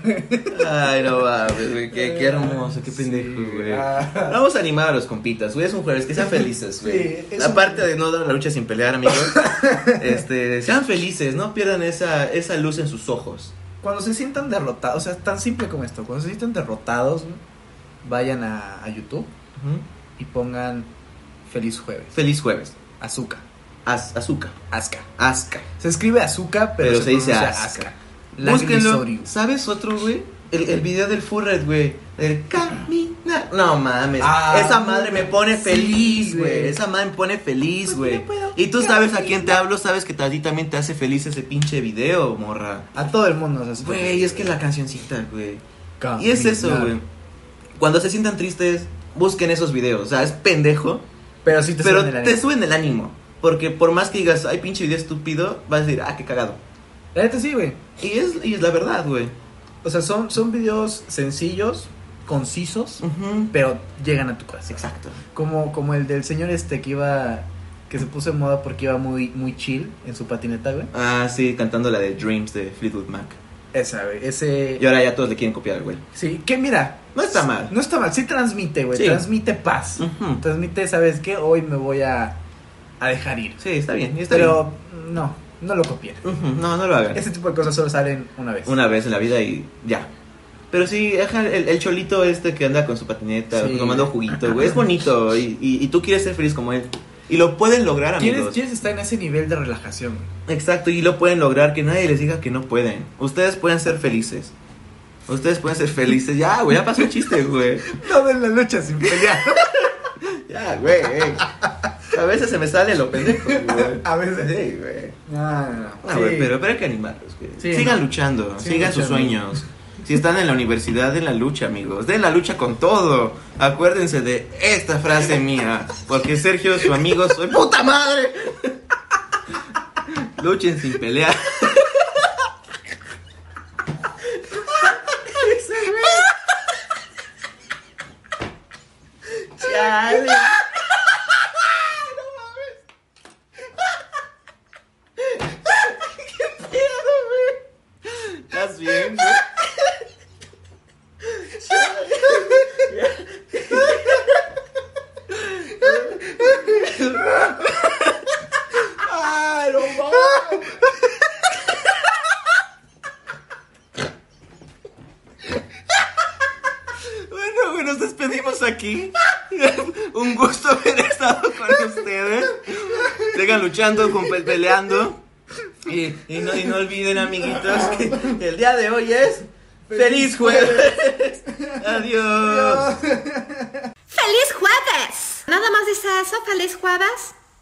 Speaker 4: Ay, no mames, güey. Qué, qué hermoso, qué pendejo, güey.
Speaker 3: Ah.
Speaker 4: Vamos a animar a los compitas, güey. Es un jueves, que sean felices, güey.
Speaker 3: Sí, es un-
Speaker 4: Aparte de no dar la lucha sin pelear, amigos. este, sean felices, no pierdan esa, esa luz en sus ojos.
Speaker 3: Cuando se sientan derrotados, o sea, es tan simple como esto, cuando se sientan derrotados, güey, vayan a, a YouTube y pongan feliz jueves.
Speaker 4: Feliz jueves.
Speaker 3: Azúcar.
Speaker 4: Az- azúcar.
Speaker 3: Asca.
Speaker 4: Azca.
Speaker 3: Se escribe azúcar, pero,
Speaker 4: Pero se dice
Speaker 3: pronuncia
Speaker 4: asca. Búsquenlo.
Speaker 3: Lagrimisorium.
Speaker 4: ¿Sabes otro, güey? El, el video del Furret, güey. El caminar. No mames.
Speaker 3: Ah,
Speaker 4: esa madre me pone
Speaker 3: sí,
Speaker 4: feliz, güey.
Speaker 3: güey.
Speaker 4: Esa madre me pone feliz,
Speaker 5: Porque
Speaker 4: güey.
Speaker 5: no puedo
Speaker 4: Y tú sabes a quién te hablo, sabes que a ti también te hace feliz ese pinche video, morra.
Speaker 3: A todo el mundo se hace
Speaker 4: Güey,
Speaker 3: feliz,
Speaker 4: es que la cancioncita, güey.
Speaker 3: Caminar.
Speaker 4: Y es eso, güey. Cuando se sientan tristes, busquen esos videos. O sea, es pendejo,
Speaker 3: Pero sí te
Speaker 4: pero
Speaker 3: suben el
Speaker 4: te
Speaker 3: ánimo.
Speaker 4: suben el ánimo. Porque por más que digas, ay, pinche video estúpido, vas a decir, ah, qué cagado.
Speaker 3: La neta sí, güey.
Speaker 4: Y es, y es la verdad, güey.
Speaker 3: O sea, son, son videos sencillos, concisos,
Speaker 4: Ujú.
Speaker 3: pero llegan a tu corazón.
Speaker 4: Exacto.
Speaker 3: Como, como el del señor este que iba. que se puso en moda porque iba muy, muy chill en su patineta, güey.
Speaker 4: Ah, sí, cantando la de Dreams de Fleetwood Mac.
Speaker 3: Esa, güey. Ese.
Speaker 4: Y ahora ya todos le quieren copiar al güey.
Speaker 3: Sí, que mira.
Speaker 4: No está mal.
Speaker 3: No está mal, sí transmite, güey.
Speaker 4: Sí. Mm.
Speaker 3: Transmite paz.
Speaker 4: Ujú.
Speaker 3: Transmite, ¿sabes qué? Hoy me voy a, a dejar ir.
Speaker 4: Sí, está bien, está
Speaker 3: Pero mm, no, no lo copien.
Speaker 4: bien. Ujú, No, no lo hagan.
Speaker 3: Ese tipo de cosas solo salen una vez.
Speaker 4: Una vez en la vida y ya. Pero sí, ajá, el, el cholito este que anda con su patineta,
Speaker 3: Sí.
Speaker 4: tomando juguito, güey, es bonito y, y- y tú quieres ser feliz como él. Y lo pueden lograr,
Speaker 3: ¿Quieres,
Speaker 4: amigos.
Speaker 3: quieres estar en ese nivel de relajación? güey?
Speaker 4: Exacto, y lo pueden lograr, que nadie les diga que no pueden. Ustedes pueden ser felices. Ustedes pueden ser felices. Ya, güey, ya pasó el chiste, güey.
Speaker 3: No den la lucha sin pelear.
Speaker 4: Ya, güey. ey. A veces se me sale lo pendejo, güey.
Speaker 3: A veces. Ah,
Speaker 4: Sí, güey.
Speaker 3: No, no, no.
Speaker 4: No,
Speaker 3: Sí.
Speaker 4: Ah, güey, pero, pero hay que animarlos, güey.
Speaker 3: Sí,
Speaker 4: sigan
Speaker 3: no.
Speaker 4: luchando,
Speaker 3: Sí,
Speaker 4: sigan sus
Speaker 3: luchando.
Speaker 4: sueños. Si están en la universidad, den la lucha, amigos. Den la lucha con todo. Acuérdense de esta frase mía. Porque Sergio, su amigo, soy puta madre. Luchen sin pelear. Chale. ¿Estás bien, güey? Bueno, güey, nos despedimos aquí. Un gusto haber estado con ustedes. Sigan luchando, con- peleando. Y, y no, y no olviden, amiguitos, que el día de hoy es Feliz Jueves. Adiós.
Speaker 5: ¡Feliz jueves! Nada más dice eso, feliz jueves.